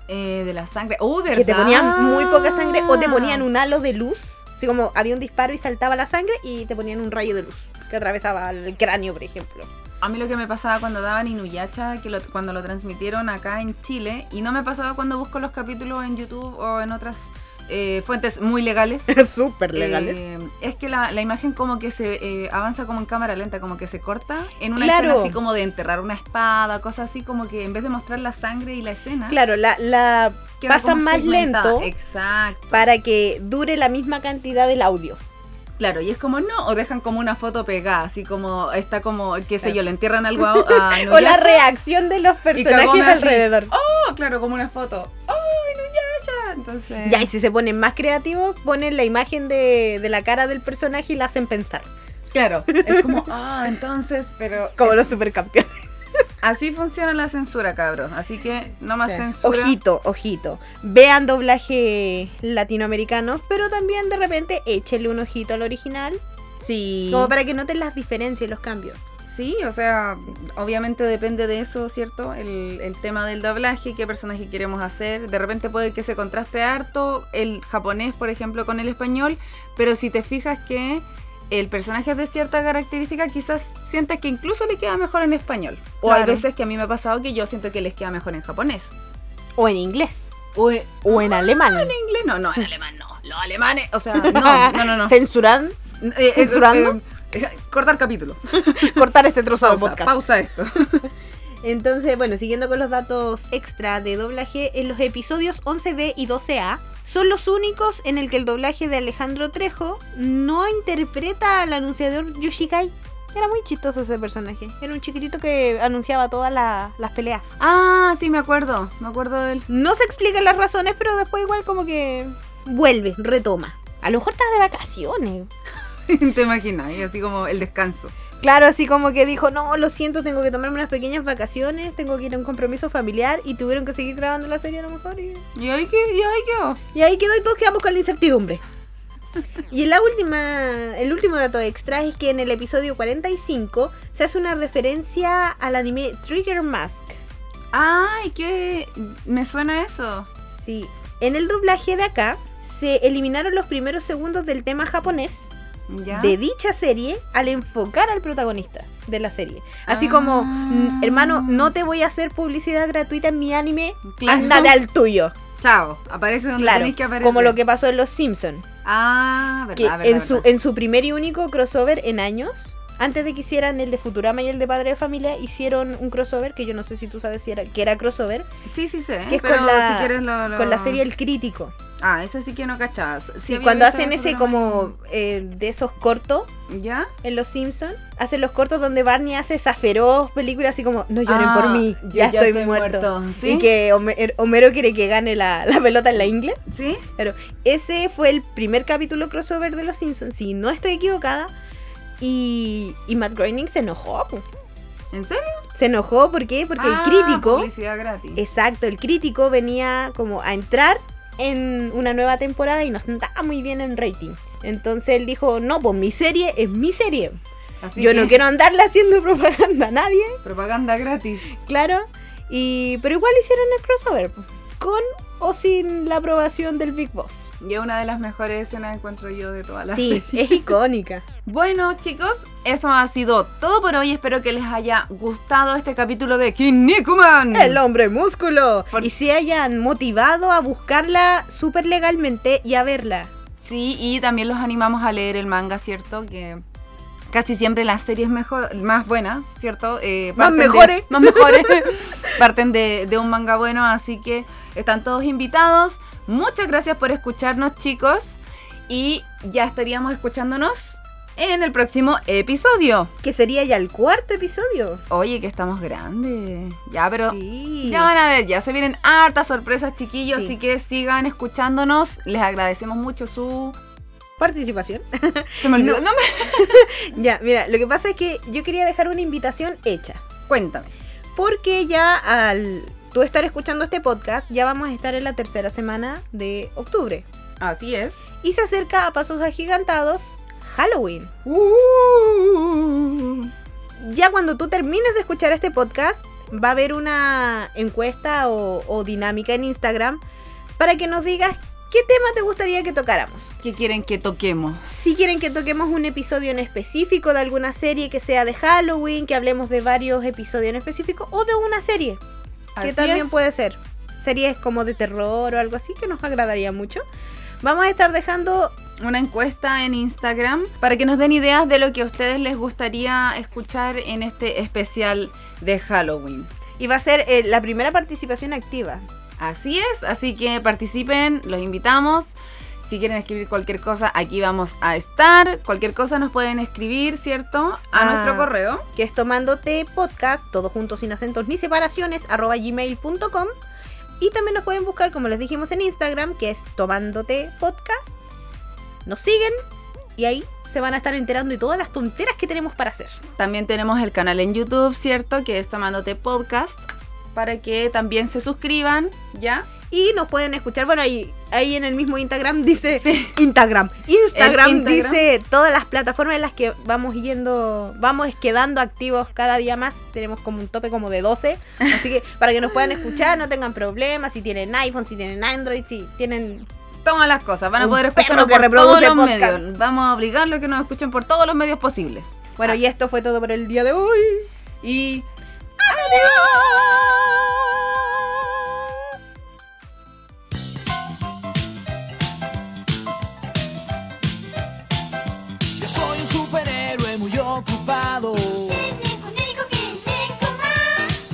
Speaker 3: Eh, de la sangre. ¡Oh, verdad!
Speaker 4: Que te ponían muy poca sangre o te ponían un halo de luz. Así como había un disparo y saltaba la sangre y te ponían un rayo de luz que atravesaba el cráneo, por ejemplo. <laughs>
Speaker 3: A mí lo que me pasaba cuando daban Inuyasha, que lo- cuando lo transmitieron acá en Chile, y no me pasaba cuando busco los capítulos en YouTube o en otras eh, fuentes muy legales.
Speaker 4: Súper <laughs> legales.
Speaker 3: Eh, es que la, la imagen como que se eh, avanza como en cámara lenta, como que se corta en una
Speaker 4: Claro.
Speaker 3: escena así como de enterrar una espada, cosas así como que en vez de mostrar la sangre y la escena.
Speaker 4: Claro, la, la
Speaker 3: queda
Speaker 4: pasan
Speaker 3: como
Speaker 4: más
Speaker 3: segmentada.
Speaker 4: lento
Speaker 3: Exacto.
Speaker 4: para que dure la misma cantidad del audio.
Speaker 3: Claro, y es como no, o dejan como una foto pegada, así como está como, qué sé
Speaker 4: Claro.
Speaker 3: yo, le entierran algo
Speaker 4: <laughs>
Speaker 3: a, a
Speaker 4: o la
Speaker 3: Inuyasha.
Speaker 4: reacción de los personajes
Speaker 3: Kagome así,
Speaker 4: alrededor.
Speaker 3: Oh, claro, como una foto. Oh, Inuyasha. Entonces.
Speaker 4: Ya, y si se ponen más creativos, ponen la imagen de, de la cara del personaje y la hacen pensar.
Speaker 3: Claro, es como, ah, entonces, pero.
Speaker 4: Como los supercampeones.
Speaker 3: Así funciona la censura, cabros. Así que no más
Speaker 4: Sí.
Speaker 3: censura.
Speaker 4: Ojito, ojito. Vean doblaje latinoamericano, pero también de repente échenle un ojito al original.
Speaker 3: Sí.
Speaker 4: Como para que noten las diferencias y los cambios.
Speaker 3: Sí, o sea, obviamente depende de eso, ¿cierto? El, el tema del doblaje, qué personaje queremos hacer. De repente puede que se contraste harto el japonés, por ejemplo, con el español, pero si te fijas que el personaje es de cierta característica, quizás sientas que incluso le queda mejor en español. O hay
Speaker 4: Claro.
Speaker 3: veces que a mí me ha pasado que yo siento que les queda mejor en japonés.
Speaker 4: O en inglés.
Speaker 3: O en,
Speaker 4: O en alemán.
Speaker 3: inglés, no, no, Ah, en alemán no. Los alemanes, o sea, no,
Speaker 4: <laughs>
Speaker 3: no, no. no.
Speaker 4: Censuran,
Speaker 3: Eh, eh,
Speaker 4: ¿Censurando?
Speaker 3: eh, eh, cortar capítulo.
Speaker 4: cortar este trozo de
Speaker 3: Pausa,
Speaker 4: podcast.
Speaker 3: pausa esto.
Speaker 4: Entonces, bueno, siguiendo con los datos extra de doblaje, en los episodios 11B y 12A son los únicos en el que el doblaje de Alejandro Trejo no interpreta al anunciador Yoshikai. Era muy chistoso ese personaje. Era un chiquitito que anunciaba todas la- las peleas.
Speaker 3: Ah, sí, me acuerdo. Me acuerdo de él. <laughs>
Speaker 4: No se explican las razones, pero después igual como que vuelve, retoma. A lo mejor estás de vacaciones.
Speaker 3: Te imaginas, y así como el descanso.
Speaker 4: Claro, así como que dijo, no, lo siento, tengo que tomarme unas pequeñas vacaciones, tengo que ir a un compromiso familiar y tuvieron que seguir grabando la serie a lo mejor. Y...
Speaker 3: ¿Y ahí qué? ¿Y ahí quedó?
Speaker 4: Y ahí quedó y todos quedamos con la incertidumbre. Y la última, el último dato extra es que en el episodio 45 se hace una referencia al anime Trigger Mask.
Speaker 3: Ay, qué. Me suena eso.
Speaker 4: Sí. En el doblaje de acá se eliminaron los primeros segundos del tema japonés
Speaker 3: ¿Ya?
Speaker 4: de dicha serie al enfocar al protagonista de la serie. Así
Speaker 3: Ah.
Speaker 4: como, "Mm, hermano, no te voy a hacer publicidad gratuita en mi anime,
Speaker 3: Claro.
Speaker 4: ándate al tuyo.
Speaker 3: Chao. Aparece donde
Speaker 4: Claro,
Speaker 3: tenés que aparecer.
Speaker 4: como lo que pasó en Los Simpsons.
Speaker 3: Ah, verdad,
Speaker 4: que
Speaker 3: verdad.
Speaker 4: en, su,
Speaker 3: verdad.
Speaker 4: en su primer y único crossover en años, antes de que hicieran el de Futurama y el de Padre de Familia, hicieron un crossover que yo no sé si tú sabes si era, que era crossover,
Speaker 3: Sí, sí sé.
Speaker 4: que es
Speaker 3: Eh, pero
Speaker 4: con la,
Speaker 3: si quieres lo, lo-
Speaker 4: con la serie El Crítico.
Speaker 3: Ah, eso sí que no cachabas. Sí
Speaker 4: y
Speaker 3: había
Speaker 4: cuando
Speaker 3: visto
Speaker 4: hacen
Speaker 3: eso,
Speaker 4: ese
Speaker 3: pero no-
Speaker 4: como eh, de esos cortos
Speaker 3: ¿Ya?
Speaker 4: en Los Simpsons, hacen los cortos donde Barney hace esa feroz película así como, no lloren por
Speaker 3: Ah,
Speaker 4: mí,
Speaker 3: yo
Speaker 4: ya,
Speaker 3: ya
Speaker 4: estoy,
Speaker 3: estoy
Speaker 4: muerto.
Speaker 3: muerto, ¿sí?
Speaker 4: Y que Homer- Homero quiere que gane la, la pelota en la ingle.
Speaker 3: ¿Sí?
Speaker 4: Claro, ese fue el primer capítulo crossover de Los Simpsons, si no estoy equivocada. Y, y Matt Groening se enojó. po.
Speaker 3: ¿En serio?
Speaker 4: Se enojó, ¿por qué? Porque
Speaker 3: Ah,
Speaker 4: el crítico,
Speaker 3: Publicidad gratis.
Speaker 4: exacto, el crítico venía como a entrar en una nueva temporada y nos andaba muy bien en rating. Entonces él dijo, no, pues mi serie es mi serie.
Speaker 3: Así
Speaker 4: Yo
Speaker 3: que,
Speaker 4: no quiero andarle haciendo propaganda a nadie,
Speaker 3: Propaganda gratis.
Speaker 4: claro. Y, pero igual hicieron el crossover po, con o sin la aprobación del Big Boss.
Speaker 3: Y es una de las mejores escenas encuentro yo de todas las
Speaker 4: Sí, es icónica.
Speaker 3: Bueno, chicos, eso ha sido todo por hoy. Espero que les haya gustado este capítulo de Kinnikuman.
Speaker 4: El hombre músculo. Y se hayan motivado a buscarla súper legalmente y a verla.
Speaker 3: Sí, y también los animamos a leer el manga, ¿cierto? Que casi siempre las series mejor, más buenas, ¿cierto? Eh,
Speaker 4: Más
Speaker 3: parten de-
Speaker 4: mejores.
Speaker 3: más
Speaker 4: <laughs>
Speaker 3: mejores. parten de, de un manga bueno, así que están todos invitados. Muchas gracias por escucharnos, chicos. Y ya estaríamos escuchándonos en el próximo episodio.
Speaker 4: Que sería ya el cuarto episodio.
Speaker 3: Oye, que estamos grandes. Ya, Ah, pero
Speaker 4: Sí.
Speaker 3: ya van a ver, ya se vienen hartas sorpresas, chiquillos.
Speaker 4: Sí.
Speaker 3: Así que sigan escuchándonos. Les agradecemos mucho su.
Speaker 4: Participación. <laughs>
Speaker 3: Se me olvidó
Speaker 4: No.
Speaker 3: el nombre.
Speaker 4: Ya, mira, lo que pasa es que yo quería dejar una invitación hecha.
Speaker 3: Cuéntame.
Speaker 4: Porque ya al tú estar escuchando este podcast, ya vamos a estar en la tercera semana de octubre.
Speaker 3: Así es.
Speaker 4: Y se acerca a pasos agigantados Halloween.
Speaker 3: Uh.
Speaker 4: Ya cuando tú termines de escuchar este podcast, va a haber una encuesta o, o dinámica en Instagram para que nos digas qué tema te gustaría que tocáramos.
Speaker 3: ¿Qué quieren que toquemos?
Speaker 4: Si quieren que toquemos un episodio en específico de alguna serie que sea de Halloween, que hablemos de varios episodios en específico o de una serie, que
Speaker 3: Así
Speaker 4: también
Speaker 3: es.
Speaker 4: puede ser. Series como de terror o algo así que nos agradaría mucho. Vamos a estar dejando
Speaker 3: una encuesta en Instagram para que nos den ideas de lo que a ustedes les gustaría escuchar en este especial de Halloween.
Speaker 4: Y va a ser eh, la primera participación activa.
Speaker 3: Así es, así que participen, los invitamos. Si quieren escribir cualquier cosa, aquí vamos a estar. Cualquier cosa nos pueden escribir, ¿cierto? A
Speaker 4: Ah.
Speaker 3: nuestro correo.
Speaker 4: que es tomándote podcast, todo juntos sin acentos ni separaciones, arroba gmail.com. Y también nos pueden buscar, como les dijimos, en Instagram, que es tomándote podcast. Nos siguen y ahí se van a estar enterando de todas las tonteras que tenemos para hacer.
Speaker 3: También tenemos el canal en YouTube, ¿cierto? Que es Tomándote Podcast. Para que también se suscriban, ¿ya?
Speaker 4: Y nos pueden escuchar, bueno, ahí, ahí en el mismo Instagram dice Instagram. Instagram,
Speaker 3: El Instagram.
Speaker 4: dice todas las plataformas en las que vamos yendo, vamos quedando activos cada día más. Tenemos como un tope como de 12. Así que para que nos puedan escuchar, no tengan problemas, si tienen iPhone, si tienen Android, si tienen...
Speaker 3: Todas las cosas. Van a
Speaker 4: Un
Speaker 3: poder
Speaker 4: perro
Speaker 3: escucharnos
Speaker 4: que
Speaker 3: por todos
Speaker 4: reproduce
Speaker 3: los
Speaker 4: podcast.
Speaker 3: medios. Vamos a obligarlo a que nos escuchen por todos los medios posibles.
Speaker 4: Bueno, y esto fue todo por el día de hoy.
Speaker 3: Ah. Y...
Speaker 5: Yo soy un superhéroe muy ocupado.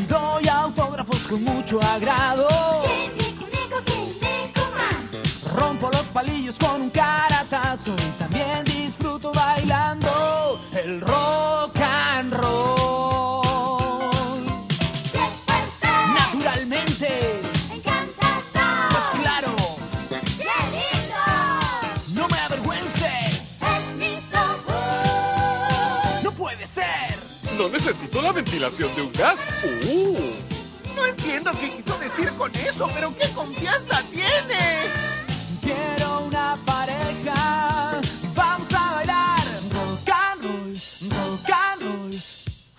Speaker 5: Doy autógrafos con mucho agrado. Rompo los palillos con un caratazo y también disfruto bailando el rock and roll. Naturalmente. Pues claro, no me avergüences. No puede ser.
Speaker 1: No necesito la ventilación de un gas. ¡Uh!
Speaker 5: No entiendo qué quiso decir con eso, pero qué confianza tiene. Quiero una pareja. Vamos a bailar rock and roll, rock and roll.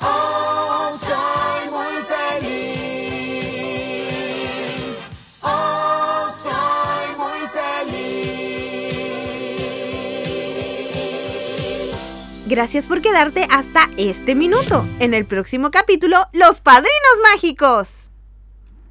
Speaker 5: Oh, soy muy feliz. Oh, soy muy feliz.
Speaker 4: Gracias por quedarte hasta este minuto. En el próximo capítulo, Los Padrinos Mágicos.